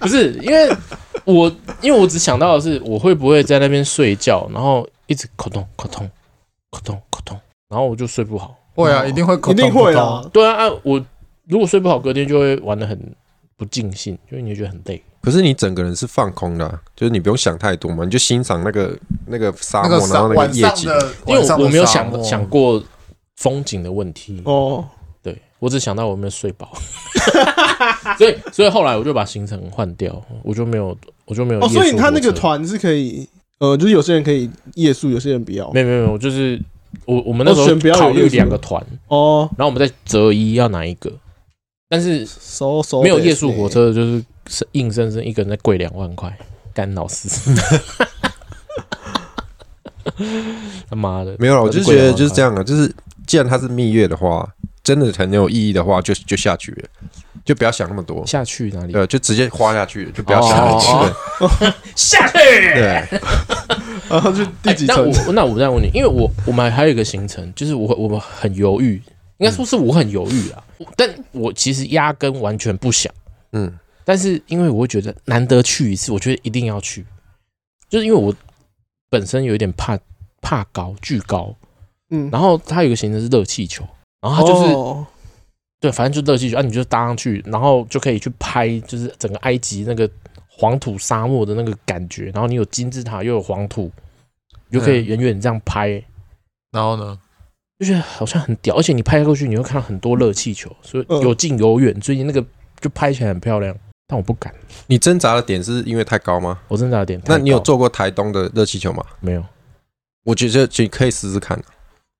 C: 不是因为我，因为我只想到的是我会不会在那边睡觉，然后一直口痛口痛口痛口痛，然后我就睡不好。
A: 会啊，一定会，
B: 一定会啊。。
C: 对啊，啊我如果睡不好，隔天就会玩的很不尽兴，就是你会觉得很累。
D: 可是你整个人是放空的啊、就是你不用想太多嘛，你就欣赏那个那个沙
A: 那
D: 漠，
A: 个
D: 然
A: 沙
D: 后那
A: 晚
D: 个夜
A: 上
D: 景。
A: 的，
C: 因为我我没有
A: 晚
C: 想
A: 上的沙漠
C: 想，过风景的问题，
B: 哦，
C: 对我只想到我有没有睡饱。 所以，所以后来我就把行程换掉，我就没有，我就没呃有夜
B: 哦，
C: 宿火车。
B: 所以他那个团是可以，呃，就是有些人可以夜宿，有些人不要
C: 没。有没有没有，我就是我我们那时
B: 哦选不
C: 候
B: 要有
C: 考虑
B: 夜宿
C: 两个团，
B: 哦，
C: 然后我们再择一要哪一个，但是
B: 收收
C: 没有夜宿火，车的就是是硬生生一个人在贵两万块，干老 师，他妈的，
D: 没有啦，我就
C: 贵
D: 觉得
C: 两万
D: 就是
C: 块
D: 这。样啊，就是既然它是蜜月的话，真的很有意义的话，就就下去了，就不要想那么多，
C: 下去哪里？
D: 对，就直接花下去了，就不要想那么
C: 哦
D: 多。
C: 下去。
D: 对对，
B: 然后就第几
C: 那
B: 层？
C: 我那我再问你，因为我我们还有一个行程，就是我我们很犹豫，应该说是我很犹豫啦，但我其实压根完全不想。
D: 嗯，
C: 但是因为我会觉得难得去一次，我觉得一定要去，就是因为我本身有一点怕怕高，巨高。
B: 嗯，
C: 然后它有一个行程是热气球，然后它就是、
B: 哦
C: 对，反正就热气球，啊，你就搭上去，然后就可以去拍，就是整个埃及那个黄土沙漠的那个感觉，然后你有金字塔又有黄土，你就
D: 嗯
C: 可以远远这样拍，
A: 然后呢，
C: 就觉得好像很屌，而且你拍过去你会看到很多热气球，所以
B: 嗯
C: 有近有远，所以那个就拍起来很漂亮。但我不敢，
D: 你挣扎的点是因为太高吗？
C: 我真的有点太
D: 那你有
C: 高
D: 做过台东的热气球吗？
C: 没有？
D: 我觉得就可以试试看，啊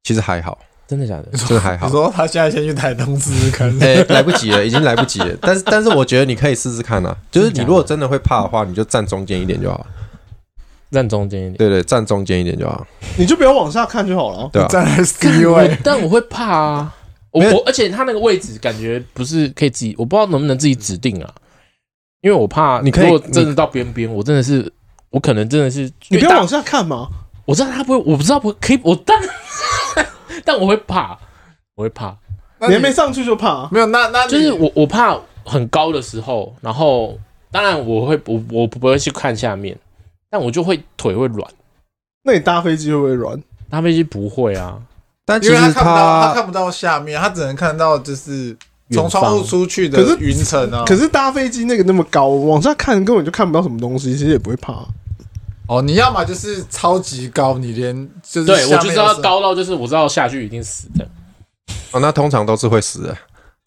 D: 其实还好，
C: 真的假的？
D: 真的还好
A: 你。说他现在先去台东试 试看，
D: 哎、来不及了，已经来不及了。但是，但是我觉得你可以试试看啊。就是你如果真的会怕的话，你就站中间一点就好。
C: 站中间一点。
D: 对对，站中间一点就好。
B: 你就不要往下看就好了。
D: 对啊，
A: 再来 C
C: 我
A: 位，
C: 但我会怕啊，我
D: 没有
C: 我而且他那个位置感觉不是可以自己，我不知道能不能自己指定啊，因为我怕
D: 你可以
C: 如果真的到边边，我真的是我可能真的是
B: 你不
C: 因为
B: 要
C: 大
B: 往下看嘛，
C: 我知道他不会，我不知道不可以，我但 但我会怕，我会怕，
A: 那你
B: 你还没上去就怕，
A: 没有？那那你
C: 就是我我怕很高的时候，然后当然我会我我不会去看下面，但我就会腿会软。
B: 那你搭飞机会不会软？
C: 搭飞机不会啊，
D: 但其
A: 因为他
D: 实
A: 看不到，他
D: 他
A: 看不到下面，他只能看到就是
C: 远
A: 从
C: 方
A: 窗户出去的
B: 可是
A: 云层啊。
B: 可是搭飞机那个那么高，往下看根本就看不到什么东西，其实也不会怕。
A: 哦，你要么就是超级高，你连就是
C: 对我
A: 下面
C: 就
A: 都
C: 知道
A: 是，
C: 高到就是我知道下去一定死的。
D: 哦，那通常都是会死的。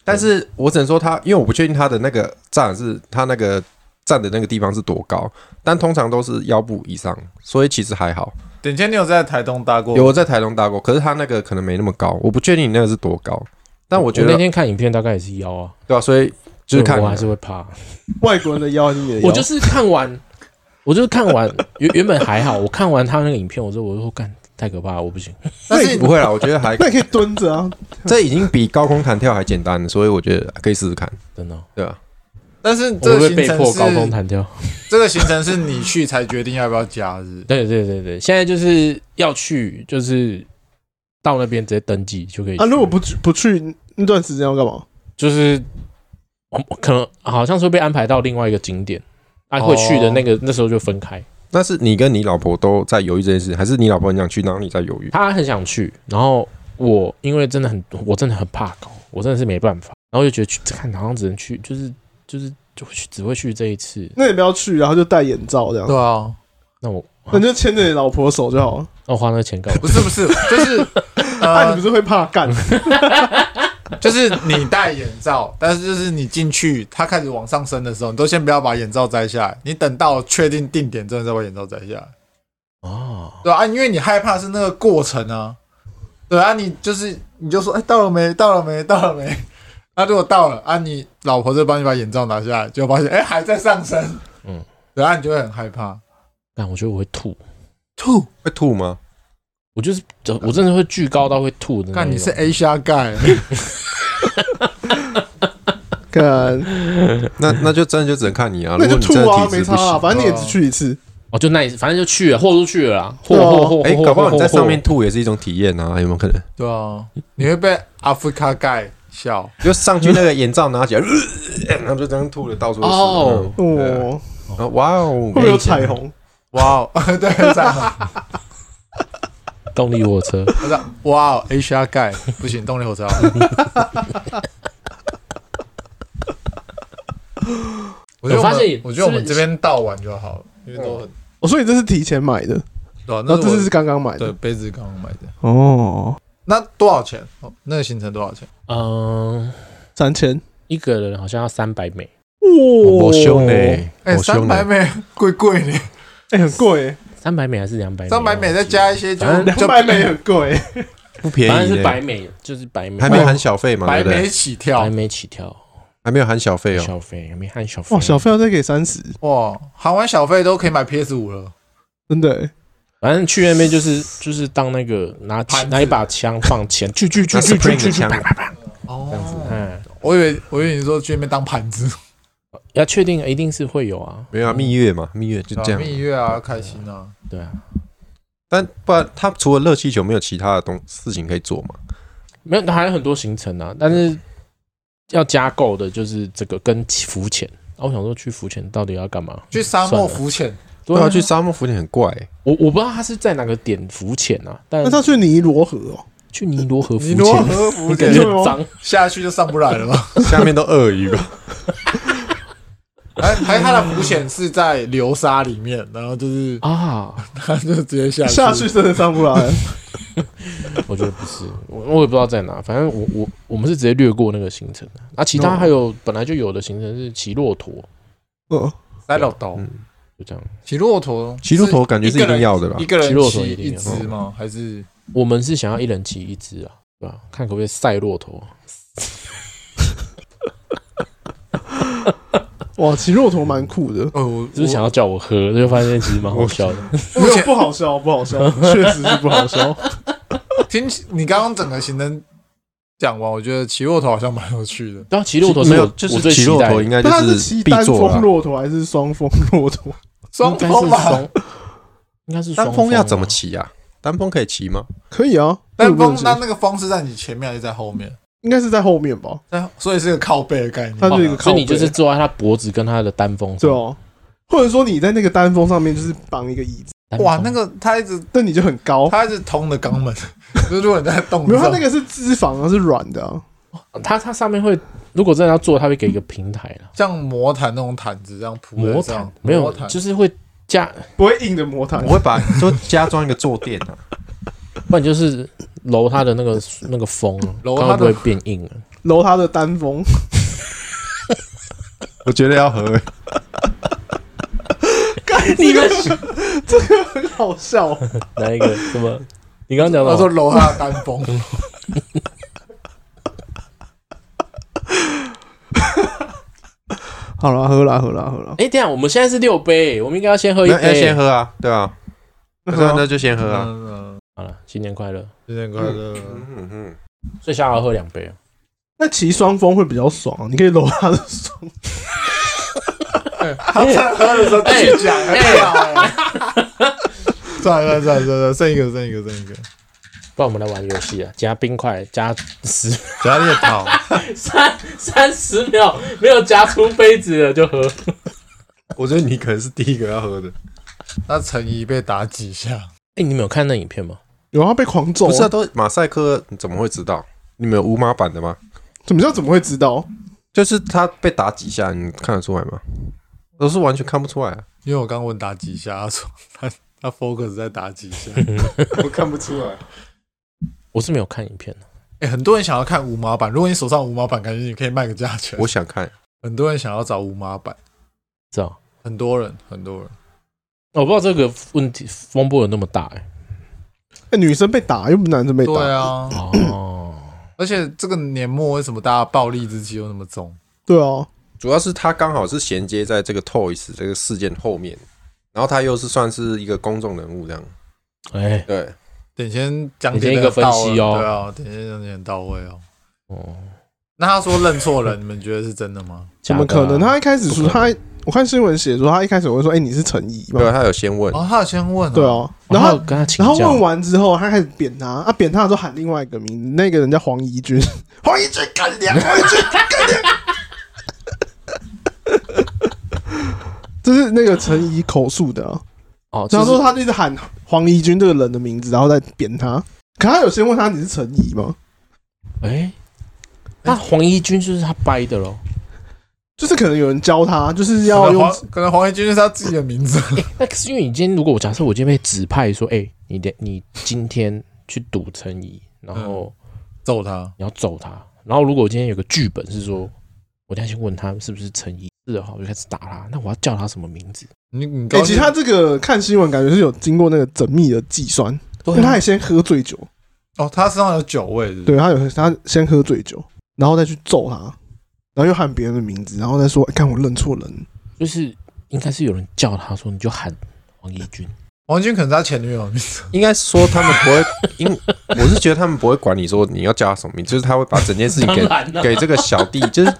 D: 但是我只能说他，因为我不确定他的那个站是他那个站的那个地方是多高，但通常都是腰部以上，所以其实还好。
A: 顶天，你有在台东搭过？
D: 有我在台东搭过，可是他那个可能没那么高，我不确定你那个是多高，但我觉得
C: 那天看影片大概也是腰啊，
D: 对吧、所以就是看
C: 所以
D: 你
C: 我
D: 啊
C: 还是会怕。
B: 外国人的腰还是你的腰？
C: 我就是看完，我就是看完原原本还好，我看完他那个影片，我说我就说干太可怕了，我不行。
A: 但是
D: 不会 啦，我觉得还
B: 那你可以蹲着啊，
D: 这已经比高空弹跳还简单了，所以我觉得可以试试看，
C: 真的哦，
D: 对吧、
A: 但是
C: 我会
A: 这
C: 不
A: 个
C: 会
A: 行
C: 被
A: 程
C: 迫高空
A: 是
C: 弹跳。
A: 这个行程是你去才决定要不要加日。
C: 对对对对，现在就是要去，就是到那边直接登记就可以去。
B: 啊，如果不去不去那段时间要干嘛？
C: 就是我我可能好像是被安排到另外一个景点，啊，
A: 哦
C: 会去的那个、那时候就分开。
D: 那是你跟你老婆都在犹豫这件事，还是你老婆很想去，然后你在犹豫？
C: 他很想去，然后我因为真的很，我真的很怕高，我真的是没办法，然后就觉得去看好像只能去，就是就是就会去只会去这一次。
B: 那你不要去，然后就戴眼罩这样，
A: 啊，
C: 那我啊
B: 那你就牵着你老婆的手就好了。
C: 那我花那个钱干嘛？
A: 不是不是，就是
B: 啊，你
A: 呃
B: 不，是会怕干？
A: 就是你戴眼罩， 但是就是你进去，它开始往上升的时候，你都先不要把眼罩摘下来，你等到确定定点真的再把眼罩摘下来。
C: 哦，
A: 对啊，因为你害怕是那个过程啊。对啊，你就是你就说，哎、到了没？到了没？到了没？ 啊，如果到了啊，你老婆就帮你把眼罩拿下来，就发现哎、还在上升。
C: 嗯
A: 嗯，对啊，你就会很害怕。
C: 但我觉得我会吐，
A: 吐，
D: 会吐吗？
C: 我就是我真的会巨高到会吐的那
A: 看
C: 种。
A: 你是 A 虾盖，
B: 干，
D: 那那就真的就只能看你啊。
B: 嗯那
D: 如
B: 就
D: 果你
B: 吐
D: 真的
B: 啊，
D: 体
B: 没
D: 质不
B: 差啊，
D: 行，
B: 反正你也只去一次。
C: 哦，就那一次，反正就去了，豁出去了啦，豁
B: 对啊
C: 豁豁
D: 哎、
C: 豁，
D: 搞不好你在
C: 豁
D: 上面，吐也是一种体验啊，有没有可能？
A: 对啊，你会被阿富卡盖笑。
D: 就上去那个眼罩拿起来，呃 然后就这样吐的到处都是。
C: 哦
D: 嗯对啊
B: 哦，
D: 然后哇哦
B: 会，不会有彩虹？
A: 哇哦， 对，这样，
C: 豁动力火车，
A: 我说哇哦，A 虾盖不行，动 力火车好。我觉得
C: 我发现哦
A: 们我觉得我
C: 是
A: 们
C: 不
A: 这
C: 是
A: 边倒完就好了，因为都很
B: 我说你哦这是提前买的，
A: 对啊，
B: 然后
A: 我
B: 这次是刚刚买
A: 对
B: 的。
A: 杯子刚刚买的。
B: 哦，
A: 那多少钱？哦，那个行程多少钱？
C: 嗯、
B: 三千。
C: 一个人好像要三百美，
D: 我
B: 哇
D: 凶呢，
B: 哦
A: 哎，
D: 我
A: 三
D: 凶
A: 百
D: 呢。
A: 美贵贵 呢，
B: 哎，很贵，
C: 三百美还是两百？
A: 三百美再加一些就
C: 反正
B: 两
A: 就
B: 百美很贵。
D: 不便
C: 反
D: 宜
C: 正是
D: 呢
C: 百美，就是百美，
D: 还没有含小费嘛，对
A: 百
D: 不
A: 美
D: 对？
A: 起
C: 百
A: 跳
C: 美起跳，
D: 还没有含小费哦。
C: 小费还没含小费，
B: 哇，小费要再给三十，
A: 哇！含完小费都可以买 PS 五了，
B: 真的欸。
C: 反正去那边就是就是当那个拿起
A: 盘子
C: 拿一把枪放钱，去去去
D: 那
C: 去去
D: Spring
C: 去
D: 的
C: 去，
D: 枪
C: 啪啪啪，
A: 哦
C: 这样子，嗯，
A: 我以为我以为你说去那边当盘子，
C: 要确定一定是会有啊，
D: 没有啊，蜜月嘛，蜜月就这
A: 对啊
D: 样。
A: 蜜月啊，开心啊，
C: 对啊，
D: 但不然，他除了热气球，没有其他的东事情可以做嘛？
C: 没有还有很多行程啊，但是要加购的就是这个跟浮潜，啊，我想说去浮潜到底要干嘛？
A: 去沙漠
C: 算了，
A: 浮潜，
C: 对
D: 啊，
C: 啊，
D: 去
C: 去
D: 沙漠浮潜很怪欸。
C: 我我不知道他是在哪个点浮潜啊，但
B: 那他去尼罗河哦，
C: 去尼罗河浮
A: 尼罗
C: 潜，
A: 河浮
C: 感
A: 潜
C: 觉
B: 有没有
C: 很脏，
A: 下去就上不来了吧？
D: 下面都鳄鱼 吧？
A: 还还他的浮潜是在流沙里面，然后就是
C: 啊，
A: 他就直接下
B: 下去真的上不来。
C: 我觉得不是，我我也不知道在哪，反正我我我们是直接略过那个行程的。啊，其他还有本来就有的行程是骑骆驼，
B: 嗯，
A: 塞骆驼，
D: 嗯，
C: 就这样。
A: 骑骆驼，
D: 骑骆驼感觉是一定要的啦
A: 一。个人
C: 骑骆驼
A: 骑
C: 一定
A: 一
C: 要
A: 只吗？还是
C: 我们是想要一人骑一只啊，对吧？看可不可以赛骆驼。
B: 哇，骑骆驼蛮酷的。
A: 哦，我
C: 就是想要叫我喝，就发现其实蛮好笑的。
B: 没有不好笑，不好笑， 确实是不好笑。
A: 我听起你刚刚整个行程讲完，我觉得骑骆驼好像蛮有趣的。
C: 对啊，骑骆驼是
D: 没有，
C: 我
D: 就
C: 我
D: 是
C: 最
D: 骑
C: 期
D: 骆
C: 待
D: 驼
C: 的
D: 应，该就
B: 他是骑啊
D: 必
B: 单
D: 做
B: 峰
D: 啦。
B: 骆驼还是双峰骆驼？
A: 双
C: 应该
A: 峰
C: 是
A: 吧，
C: 双，应该是
D: 单
C: 双
D: 峰要
C: 吧
D: 怎么？骑啊？单峰可以骑吗？
B: 可以啊。
A: 但
B: 为什么
A: 风
B: 不能
A: 那
B: 骑
A: 那个风是在你前面还是在后面？
B: 应该是在后面吧？
A: 在，所以是个靠背的概念。
B: 它就一个
C: 所
B: 靠
C: 以
B: 背，
C: 你就是坐在他脖子跟他的单峰上，
B: 对哦，或者说你在那个单峰上面就是绑一个椅子，
C: 单峰
A: 哇，那个它一直
B: 但你就很高。
A: 它一直通的肛门， 就是如果你在动
B: 没
A: 的
B: 有，
A: 时
B: 它
A: 候，
B: 那个是脂肪，它是软的啊。
C: 它它上面会，如果真的要做，它会给一个平台啦，
A: 像魔毯那种毯子这样铺在
C: 魔
A: 这样
C: 毯，没有
A: 啊魔，毯
C: 就是会加，
B: 不会硬的魔毯
D: 我，会把就加装一个坐垫啊，
C: 不然就是揉它的那个那个风啊，
A: 揉
C: 看会
A: 它的
C: 不会变硬啊？
B: 揉它的单峰，
D: 我觉得要欸合。
C: 你们
B: 很 好笑。
C: 来一个什么？你刚刚讲
A: 他
C: 到
A: 说揉他的单峰，
B: 好啦，喝啦，喝啦，喝啦。
C: 哎、等一下，我们现在是六杯，我们应该要先喝一
D: 那要
C: 杯。
D: 先喝啊，对啊，
B: 哎
D: 那那就先喝啊。
A: 嗯嗯，
C: 好了，新年快乐！
A: 新年快乐。
D: 嗯嗯，
C: 所以下要喝两杯啊。
B: 那骑双峰会比较爽，你可以揉它的双。
A: 他在喝的时候去讲，哎，算了算了算了，剩一个剩一个剩一个，
C: 不然我们来玩游戏啊，加冰块，加十
A: 加烈桃，
C: 三三十秒，没有夹出杯子的就喝。
D: 我觉得你可能是第一个要喝的，
A: 那陈怡被打几下？
C: 哎、你们有看那影片吗？
B: 有啊，被狂揍啊。
D: 不是啊？都马赛克你怎么会知道？你们有无码版的吗？
B: 怎么叫怎么会知道？
D: 就是他被打几下，你看得出来吗？我是完全看不出来、啊，
A: 因为我刚问打几下，他说他他 focus 在打几下。
D: 我看不出来。
C: 我是没有看影片的。
A: 哎，很多人想要看无码版，如果你手上有无码版，感觉你可以卖个价钱。
D: 我想看，
A: 很多人想要找无码版，
C: 知道？哦
A: 很多人很多人，
C: 我不知道这个问题风波有那么大哎、
B: 哎，女生被打又不是男生被打。
A: 对啊，
C: 哦，
A: 而且这个年末为什么大家暴力之气又那么重？
B: 对啊，
D: 主要是他刚好是衔接在这个 Toys 这个事件后面，然后他又是算是一个公众人物这样。
C: 哎、
D: 对，
A: 等先讲
C: 等
A: 解
C: 先一个分析哦
A: 对啊，等先讲解到位哦。
C: 哦，
A: 那他说认错人，你们觉得是真的吗？
B: 怎么
C: 假的
B: 可
C: 啊
B: 能？他一开始说
C: 不可
B: 他，我看新闻写说他一开始会说，哎，你是陈怡
D: 对啊，
B: 嘛？
D: 他有先问，
A: 哦，他有先问、
B: 对，啊，
C: 然
B: 然
C: 后
B: 后
C: 跟他请
B: 然后
C: 教，
B: 问完之后，他开始扁他，啊，扁他的时候喊另外一个名字，那个人叫黄怡君， 黄怡君干娘， 黄怡君干娘，这是那个陈怡口述的、啊，
C: 哦，就
B: 然
C: 是
B: 后说他就一直喊黄怡君这个人的名字，然后再扁他。可他有先问他你是陈怡吗？
C: 哎、那黄一军就是他掰的喽。
B: 就是可能有人教他，就是
A: 可
B: 要
A: 能
B: 用
A: 黄可能黄一军是他自己的名字，
C: 哎、那可是因为你今天如果我假设我今天被指派说，哎、你的你今天去赌陈怡，然后
A: 揍他。
C: 你要揍他，然后如果我今天有个剧本是说，我等一下先问他是不是陈怡，是的话我就开始打他，那我要叫他什么名字？
A: 你你
B: 哎、
A: 高
B: 其
A: 兴
B: 实他这个看新闻感觉是有经过那个缜密的计算，因
C: 啊
B: 为他也先喝醉酒，
A: 哦，他身上有酒味是不是，
B: 对啊他有他先喝醉酒，然后再去揍他，然后又喊别人的名字，然后再说哎看、我认错人，
C: 就是应该是有人叫他说，你就喊黄一军。
A: 黄一军可能是他前女友的名字。
D: 应该说他们不会， 因我是觉得他们不会管你说你要叫他什么名，就是他会把整件事情给
C: 当然啦
D: 给这个小弟，就是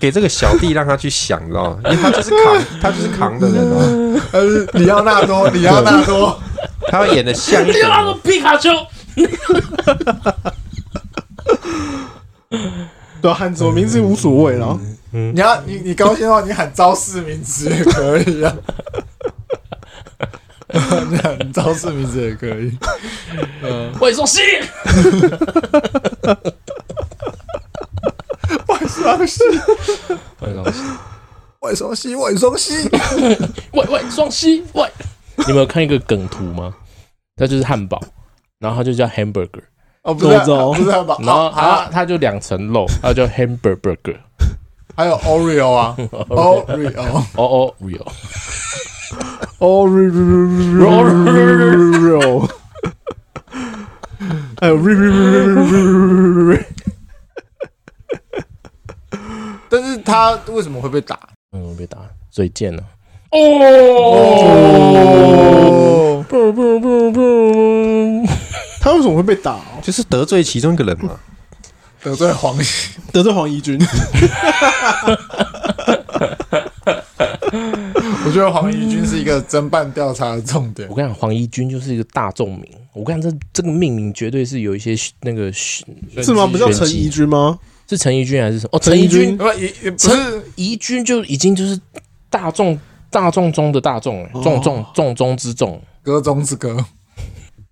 D: 给这个小弟让他去想，你知道吗？因为他就是扛，他就是扛的人啊，
A: 他是里奥纳多，里奥纳多，
D: 他会演的像一哦
C: 你
D: 点
C: 要。那个皮卡丘，
B: 对、啊，喊什么名字无所谓啦。
A: 你要你你高兴的话，你喊招式名字也可以 啊。你喊招式名字也可以，
C: 魏松西，
A: 外双膝，
C: 魏松西，
A: 外双膝，外双膝。
C: 喂喂，双膝喂。你们有看一个梗图吗？那就是汉堡，然后它就叫 hamburger，
A: 哦，不是，
B: 周周
A: 不是吧？
C: 然后啊
A: 哦还有
C: 它它就两层肉，它叫 hamburger。
A: 还有 Oreo 啊，Oreo。
C: 哦哦，real，
B: 哦，real，还有 real，
A: 但是他为什么会被打？
C: 嗯，我被打嘴贱了。哦，
A: 哦，
C: 不不不不，
B: 他为什么会被打、哦？
D: 就是得罪其中一个人嘛，
A: 得罪黄奕，
B: 得罪黄怡君，
A: 我觉得黄怡君是一个侦办调查的重点
C: 我。跟你讲，黄一军就是一个大众名。我跟你讲，这这个命名绝对是有一些那个是
B: 是吗？不叫
C: 选
B: 陈
C: 举
B: 怡君吗？
C: 陈怡君还是什么？哦，
B: 陈
C: 陈怡
B: 怡君
C: 君，
A: 不也也不是
C: 怡君就已经就是大众大众中的大众，
B: 哦
C: 重中重中之重。
A: 歌中之歌，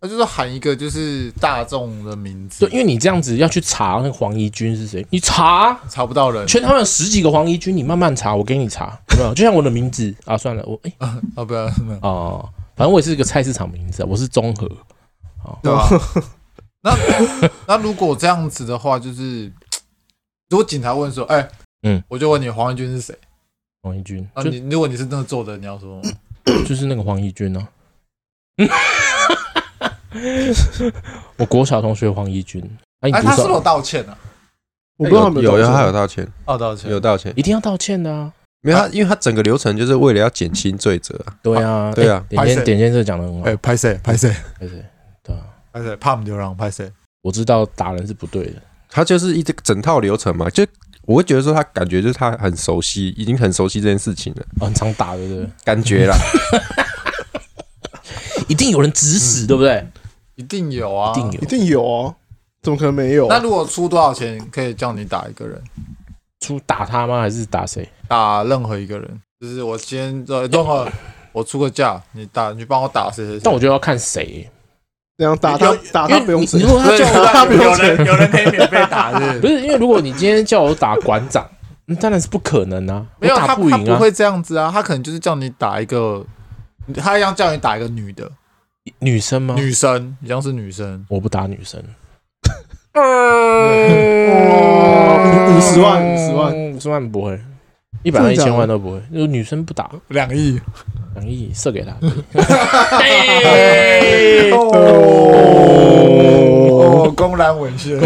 A: 他就是喊一个就是大众的名字，
C: 对，因为你这样子要去查那个黄一军是谁，你查
A: 查不到人
C: 全台湾有十几个黄一军，你慢慢查，我给你查，有没有？就像我的名字啊，算了，我哎
A: 啊，不要 没有
C: 哦、反正我也是一个菜市场名字啊，我是综合。
A: 对吧？ 那那如果这样子的话，就是如果警察问说，哎，
C: 嗯，
A: 我就问你黄怡君是谁？
C: 黄一军，
A: 啊，
C: 就
A: 你如果你是那个做的，你要说
C: 就是那个黄义军啊呢、 我国小同学黄义军，哎、你
A: 哎，
C: 读
A: 他是
C: 什
A: 不是有道歉啊？
B: 我不知道
D: 有
B: 有没
D: 有他
B: 道
D: 有
B: 歉
D: 道歉，
A: 哦，道歉
D: 有，道歉，
C: 一定要道歉的啊！
D: 没有他，因为他整个流程就是为了要减轻罪责啊。
C: 对啊，
D: 对啊
C: 哎点
A: 拍谁
C: 先点先这讲的很好，
A: 哎，拍谁？拍谁？
C: 对对对啊，
A: 拍谁？怕我们流浪？拍谁？
C: 我知道打人是不对的，
D: 他就是一这整套流程嘛，就我会觉得说他感觉就是他很熟悉，已经很熟悉这件事情了，
C: 哦很常打，对不对？
D: 感觉 啦。
C: 一定有人指使，对不对？
A: 一定有啊，
C: 一定有
B: 一定有哦，怎么可能没有？
A: 那如果出多少钱可以叫你打一个人，
C: 出打他吗？还是打谁？
A: 打任何一个人？就是我今天呃，任何我出个价，你打，你帮我打谁谁谁
C: 但？我觉得要看谁，
B: 这样打他
A: 有
B: 打
C: 因
B: 他
C: 为
B: 不用
C: 你
B: 钱
C: 你，如果他
A: 所以
C: 叫我
B: 对
C: 打，
B: 他不用
A: 有
B: 钱
A: 人有人可以免费打是
C: 不
A: 不是？
C: 是因为如果你今天叫我打馆长，嗯当然是不可能啊，
A: 没有
C: 我
A: 他
C: 打
A: 不他
C: 赢
A: 不
C: 啊，
A: 会这样子啊，他可能就是叫你打一个，他一样叫你打一个女的
C: 女生吗？
A: 女生，一样是女生，
C: 我不打女生。
B: 五五十万五十万，
C: 嗯五十万不会，一百万一
B: 真的假的
C: 千万都不会。就是女生不打，
A: 两亿
C: 两亿射给她。
A: 哦，公然猥亵，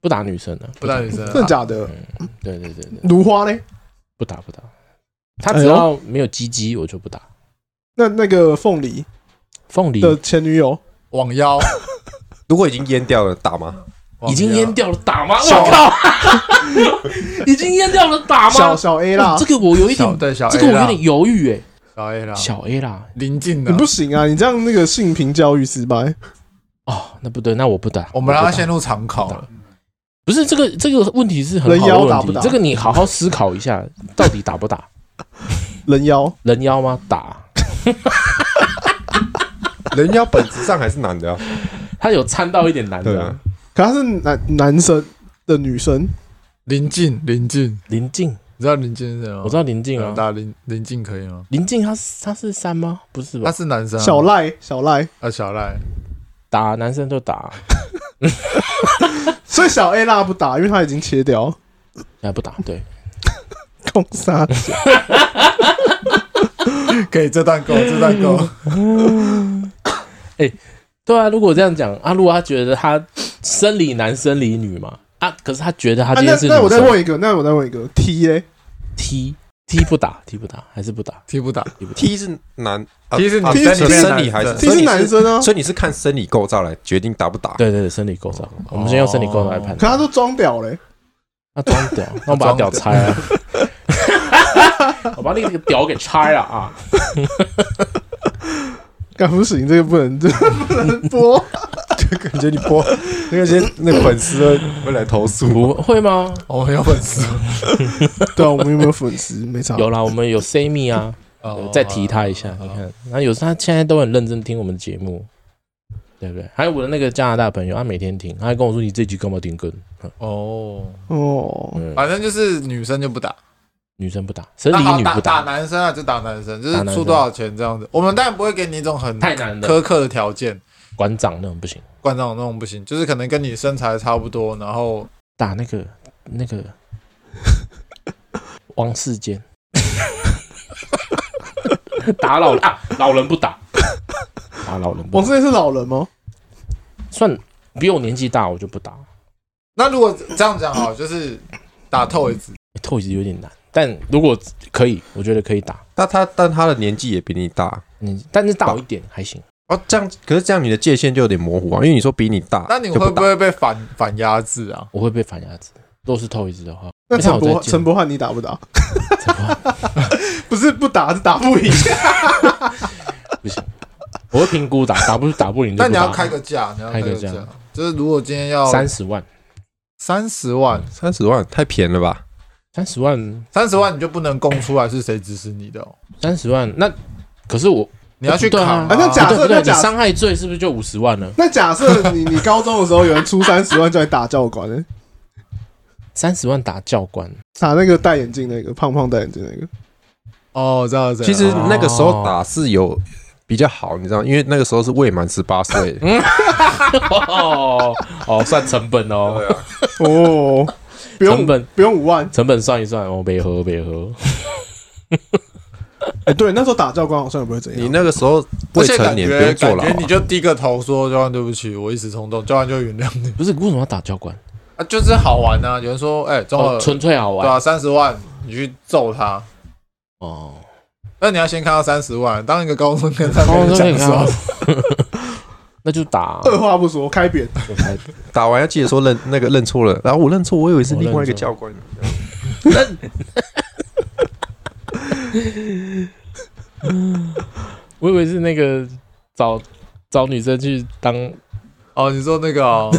C: 不打女生的、
A: 不打女生
B: 真的
A: 啊，
B: 假的？
C: 对对对对，
B: 如花嘞？
C: 不打不打。他只要没有鸡鸡，我就不打。
B: 那那个凤梨
C: 凤梨
B: 的前女友，
A: 网妖
D: 如果已经淹掉了，打吗？
C: 已经淹
A: 掉，
C: 掉了，打吗？
A: 小
C: 我靠，已经淹掉了，打
B: 小
C: 吗？
B: 小 A
C: 哇
B: 啦
C: 这，个我有一
A: 小
C: 点，
A: 对小
C: 这个
A: A
C: 我有
A: 啦，
C: 点犹豫哎、
A: 小 A 啦，
C: 小 A 啦，
A: 临近
B: 你
A: 的
B: 不，行啊，你这样那个性平教育失败。
C: 哦，那不对，那我不打。
A: 我们让
C: 不
A: 他
C: 打
A: 陷入长考了。
C: 不是这个这个问题是很好
B: 人
C: 的
B: 妖打
C: 问
B: 不
C: 题，
B: 打
C: 这个你好好思考一下，到底打不 打
B: 人妖，
C: 人妖吗？打，
D: 人妖本质上还是男的 啊，
C: 他有掺到一点难
D: 对
C: 的、
D: 啊。
B: 可他是男男生的女生，
A: 临近临近，
C: 林静，
A: 你知道临近是谁吗？
C: 我知道林静
B: 嗯
C: 啊，
A: 打临临近可以吗？
C: 林静他是他是三吗？不是吧
A: 他？是男生啊，
B: 小赖小赖，
A: 啊小赖，
C: 打男生就打，
B: 所以小 A 啦不打，因为他已经切掉。
C: 哎不打，对，
B: 空杀，
A: 可以这段够，这 段够。
C: 对啊。如果这样讲啊，如果他觉得他生理男生理女嘛啊，可是他觉得他
B: 啊
C: 今
B: 那
C: 天是
B: 那我
C: 女
B: 再
C: 生
B: 问一个，那我再问一个 T 嘞，
C: 踢踢不打踢不打还是不打
A: 踢不打，
C: 踢不打，
D: T 是男，啊
A: 踢是
D: 啊
A: 女生里面的
D: 生理
A: 男
D: 还是
A: 生
B: 其
D: 所以
B: 实
D: 你
B: 男生啊，
D: 所以你是看生理构造来决定打不打？
C: 对对对，生理构
B: 哦
C: 造，我们先用生理构造来判
B: 可
C: 断。
B: 他都装屌嘞，
C: 那装 屌，那我把他屌拆了， 我把那个屌给拆了啊！
B: 干不行，这个不能，这 个不能播。
D: 感觉你播那些那粉丝会来投 诉。
C: 不会吗？
A: 我们有粉 丝
B: 对啊，我们有没有粉丝？没差。
C: 有啦，我们有 Sammy 啊，
A: 哦
C: 对再提他一下，
A: 好
C: 你
A: 好
C: 看，那有时他现在都很认真听我们的节目，对不对？还有我的那个加拿大朋友，他每天听，他还跟我说你这集干嘛停更？
A: 哦，
B: 哦，
C: 嗯，
A: 反正就是女生就不打，
C: 女生不打，生
A: 那
C: 理
A: 好
C: 女
A: 打
C: 不
A: 打男生啊，就打男生，就是出多少钱这样子。我们当然不会给你一种很
C: 太难了，
A: 苛刻的条件，
C: 馆长那种不行，
A: 冠上那种不行，就是可能跟你身材差不多，然后
C: 打那个那个王世坚， 打老人啊，老人不打，打老人不
B: 王
C: 打
B: 志健是老人吗？
C: 算比我年纪大，我就不打。
A: 那如果这样讲好，就是打透一次，
C: 透析有点难，但如果可以，我觉得可以打，
D: 但他但他的年纪也比你大
C: 嗯，但是大我一点还行。
D: 哦，这样可是这样你的界限就有点模糊啊，因为你说比你大，
A: 那你
D: 就
A: 会不
D: 打
A: 会被反反压制啊？
C: 我会被反鸭子。若是头一只的话，
B: 那陈
C: 没事我
B: 柏
C: 再见
B: 陈柏翰你打不打？
C: 陈柏翰
B: 不是不打，是打不赢。
C: 我会评估打打不打不赢就不打，
A: 但你要开个价，你要
C: 开
A: 开
C: 个
A: 个
C: 价
A: 价，就是如果今天要
C: 三十万，
A: 三十万，
D: 三十万太便宜了吧？
C: 三十万，
A: 三十万你就不能供出来是谁指使你的哦，
C: 三十万，那可是我
A: 你要去
C: 对
A: 扛
C: 啊
A: 啊。
B: 啊那假
C: 不对
B: 设
C: 不对，
B: 那
C: 你
B: 假
C: 伤害罪是不是就五十万了？
B: 那假设你你高中的时候有人出三十万叫你打教官呢，
C: 三十万打教官，
B: 打那个戴眼镜那个胖胖戴眼镜那个，
A: 哦，我知道，我知道
D: 其实那个时候打是有比较好，你知道，因为那个时候是未满十八岁，
C: 哦哦，算成本哦，
B: 哦， 不用
C: 成本
B: 不用五万。
C: 成本算一算，哦，别喝别喝，
B: 哎，对，那时候打教官好像也不会怎
D: 你
B: 样。
D: 那个时候
A: 而
D: 未
A: 且
D: 成
A: 感
D: 年
A: 觉
D: 不用坐牢
A: 哎感觉你
D: 啊。
A: 就低个头说教官对不起，我一时冲动，教官就会原谅你
C: 不是为什么要打教官？
A: 啊，就是好玩啊。有人说，哎，中
C: 哦，
A: 了
C: 纯粹好
A: 对
C: 玩
A: 啊，三十万你去揍他，
C: 哦。
A: 那你要先看到三十万，当一个高中跟他
C: 哦，
A: 们
C: 那
A: 讲
C: 你看
A: 说
C: 啊，那就打
B: 二话不说开扁，
D: 打完要记得说认那个认错了，然后我认错，我以为是另外一个教官。
C: 我以为是那个找找女生去当
A: 哦，你说那个哦，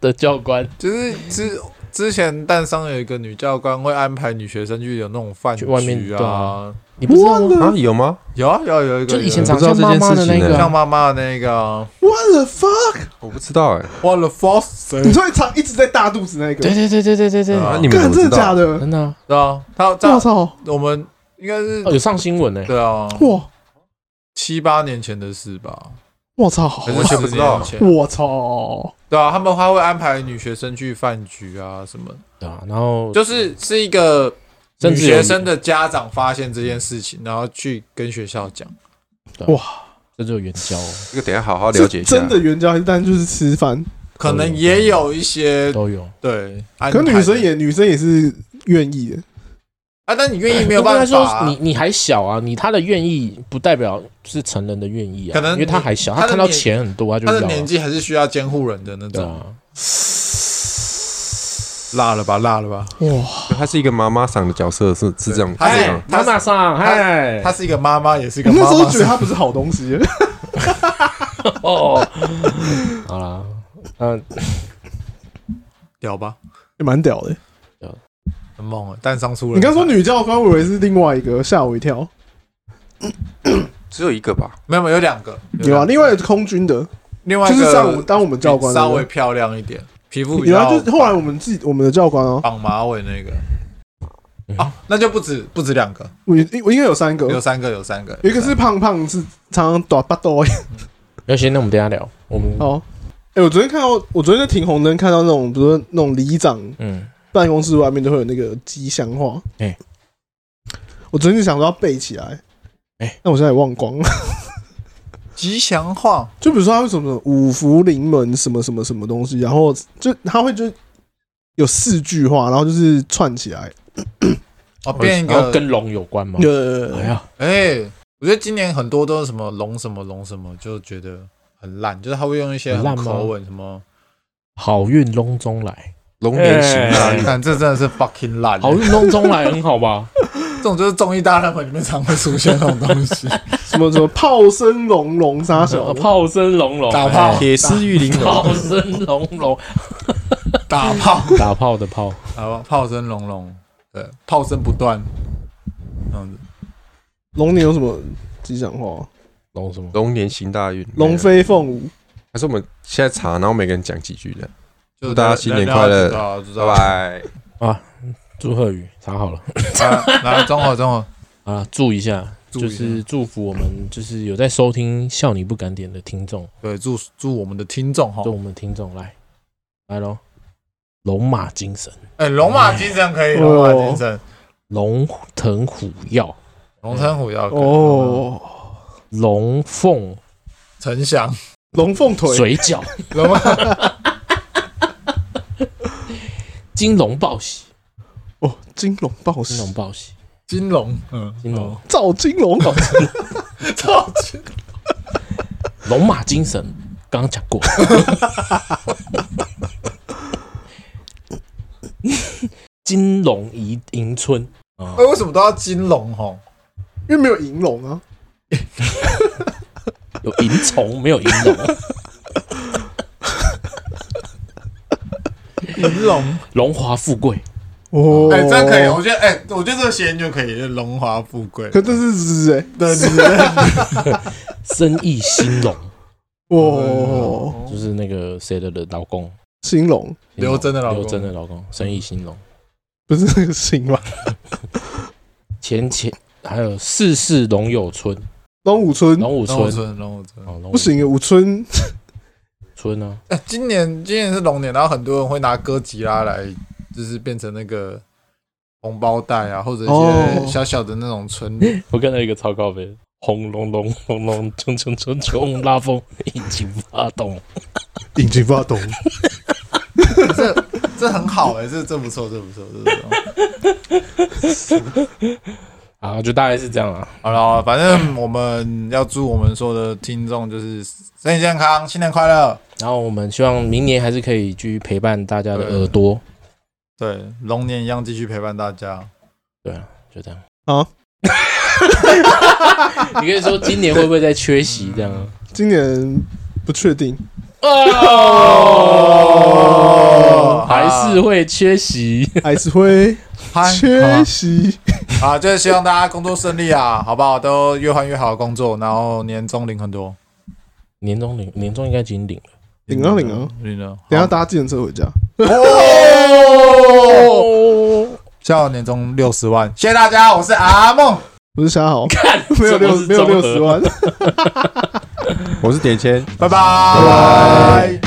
C: 的教官，
A: 就是之之前淡商有一个女教官会安排女学生去有那种饭
C: 去外面
A: 局
C: 对
A: 啊
C: 啊，你不知道吗？
D: 啊，有吗？
A: 有啊有啊有一个
C: 就以前
A: 有
C: 长相妈妈的那
D: 我不知道这件事情
C: 个
D: 呢
C: 啊，
A: 像妈妈的那个啊
B: ，What the fuck！
D: 我不知道哎、
A: What the fuck？谁
C: 嗯
B: 你说你常一直在大肚子那
C: 对
B: 个，
C: 对对对对对对，
A: 啊
D: 啊，你们怎
B: 干
D: 么
B: 真
D: 知
B: 的假
D: 道？
B: 的？
C: 真的啊
A: 对啊，他这
B: 我
A: 样
B: 操！
A: 我们应该是
C: 哦有上新闻呢。
A: 对啊，
B: 哇！
A: 七八年前的事吧，
B: 哦我操！
A: 还是
D: 完全不知道
A: 10年前
B: 我操！
A: 对啊，他们还会安排女学生去饭局啊什么的，
C: 对啊，然后
A: 就是是一个
C: 甚
A: 女
C: 至有
A: 学生的家长发现这件事情，然后去跟学校讲。
B: 哇！
C: 这就有援交哦，
D: 这个等一下好好了
B: 是
D: 解一下。
B: 真的援交还是单就是吃饭？
A: 可
C: 哦
A: 能也有一些
C: 都有。
A: 对，安
B: 可
A: 排
B: 女生也女生也是愿意的，
A: 啊，但你
B: 哎
A: 愿意没有办
C: 应该
A: 法
C: 说
A: 啊、
C: 你你还小啊，你他的愿意不代表是成人的愿意啊，
A: 可能
C: 因为他还小，
A: 你
C: 他看到
A: 他的年
C: 钱很多他就
A: 他
C: 要
A: 的
C: 啊
A: 年纪还是需要监护人的那
C: 对
A: 种。
C: 啊，
A: 辣了吧，辣了吧！
B: 哇！
D: 她是一个妈妈桑的角色，是是这样。
A: 她
D: 是
A: 是
D: 这样
C: 哎，妈妈上，嗨，
A: 她是一个妈妈，也是一个
B: 哎我那
A: 妈
B: 时候
A: 妈
B: 觉。得他不是好东西，
C: 哦， 好啦，嗯，
A: 屌吧，
B: 也蛮屌的。
A: 很猛啊！蛋商出了。
B: 你刚说女教官，我以为是另外一个，吓我一跳。
D: 只有一个吧？
A: 没有没有有两个，
B: 有啊，
A: 两个
B: 另外一个空军的，
A: 另外
B: 就
A: 一
B: 是上我
A: 个
B: 当我们教官的
A: 稍
B: 那
A: 微
B: 个，
A: 漂亮一点，皮肤比
B: 有啊，
A: 较
B: 就是后来我们自己我们的教官哦，
A: 绑马尾那个。啊，那就不止不止两个，
B: 我我应嗯该有三个，
A: 有三个，有三个，
B: 有一个是胖胖，是常常打巴豆。
C: 那行，那我们等一下聊，我们
B: 哦，哎，我昨天看到，我昨天在停红灯看到那种，比如说那种里长
C: 嗯，
B: 办公室外面都会有那个吉祥话。
C: 哎
B: 我昨天就想说要背起来，
C: 哎
B: 但我现在也忘光了。
A: 吉祥话，
B: 就比如说他会什么什么五福临门什么什么什么东西，然后就他会就有四句话，然后就是串起来。
A: 哦，变一
C: 然后
A: 个
C: 跟龙有关吗？
B: 呃
C: 哎，呀，
A: 哎、我觉得今年很多都是什么龙什么龙什么，就觉得很烂，就是他会用一些
C: 很烂
A: 很
C: 吗
A: 口吻什么，
C: 好运隆中来，
D: 龙年行啊
A: 哎
D: 大运，
A: 但这真的是 fucking 烂、
C: 好运隆中来很好吧？
A: 这种就是综艺大热门里面常会出现那种东西，
B: 什么什么炮声隆隆杀 小，
C: 炮声隆隆，
A: 啊打炮
D: 铁丝玉玲珑，
C: 炮声隆 隆，
A: 打炮，
C: 打炮的炮，
A: 打炮，炮声隆隆，对，炮声不断，这样子。
B: 龙年有什么吉祥话？
C: 龙什么？
D: 龙年行大运，
B: 龙飞凤舞，
D: 还是我们现在查，然后每个人讲几句的。
A: 祝
D: 大家新年快乐拜拜。
C: 祝贺语查好了
A: 拜！ 来，中和中和，
C: 啊，祝一下，
A: 祝
C: 就
A: 一下
C: 是祝福我们，就是有在收听《笑你不敢点》的听众，
A: 对，祝祝我们的听众哈
C: 祝，我们听众来来喽，龙马精神，
A: 哎，龙马精神可以，龙马精神，
C: 龙腾虎跃，
A: 龙腾虎要嗯
B: 哦，
C: 龙凤
A: 陈翔，
B: 龙凤腿，
C: 水饺，
A: 龙马
C: 金龙报喜，
B: 哦，金龙报
C: 金
B: 喜
C: 龙，报喜，
A: 金龙，嗯，
C: 金龙
B: 赵金龙，
A: 操！
C: 龙马精神， 刚刚讲过。金龙银银村啊
A: 哎，为什么都要金龙吼？
B: 因为没有银龙啊，
C: 有银虫，没有银龙，
A: 银龙，
C: 荣华富贵。
B: 哦，
A: 哎，这样可以，我觉得，哎，我觉得这个谐音就可以，荣华富贵。
B: 可这是日哎，
A: 对对
C: 生意兴隆，
B: 哇，
A: 对
C: 就是那个谁的的老公，
B: 兴隆
A: 刘真的老公
C: 刘真的老公，生意兴隆，
B: 不是那个兴吧？
C: 前前还有世事龙有春，
B: 龙武村
C: 龙武
A: 龙武
C: 村，
A: 村，龙武村。
C: 哦，龙武
B: 不行，武村
C: 村啊，
A: 哎，今年今年是龙年，然后很多人会拿哥吉拉来，就是变成那个红包袋啊，或者一
B: 哦
A: 些小小的那种春联。
C: 我看到一个超高飞，轰隆隆轰隆冲冲冲冲，拉风引擎发动，
B: 引擎发动，
A: 这这很好哎，这这不错，这不错，这不错。
C: 啊，就大概是这样啊。
A: 好了，反正我们要祝我们所有的听众就是身体健康，新年快乐。
C: 然后我们希望明年还是可以继续陪伴大家的耳朵，
A: 对，龙年一样继续陪伴大家。
C: 对啊，就这样。
B: 好，
C: 你可以说今年会不会再缺席这样啊？
B: 今年不确定，
C: 哦，还是会缺席。
B: 还是会
A: 嗨，
B: 缺席。
A: 啊，就是希望大家工作顺利啊，好不好？都越换越好的工作，然后年终领很多，
C: 年终领，年终应该已经领了。
B: 领啊领啊，
A: 领了。
B: 等一下搭计程车回家，
A: 哦，希望年终六十万，谢谢大家，我是阿梦，
B: 我是虾豪，
C: 看，
B: 没有六没有六十
C: 万。
B: 万。
D: 我是点签。
A: 拜拜。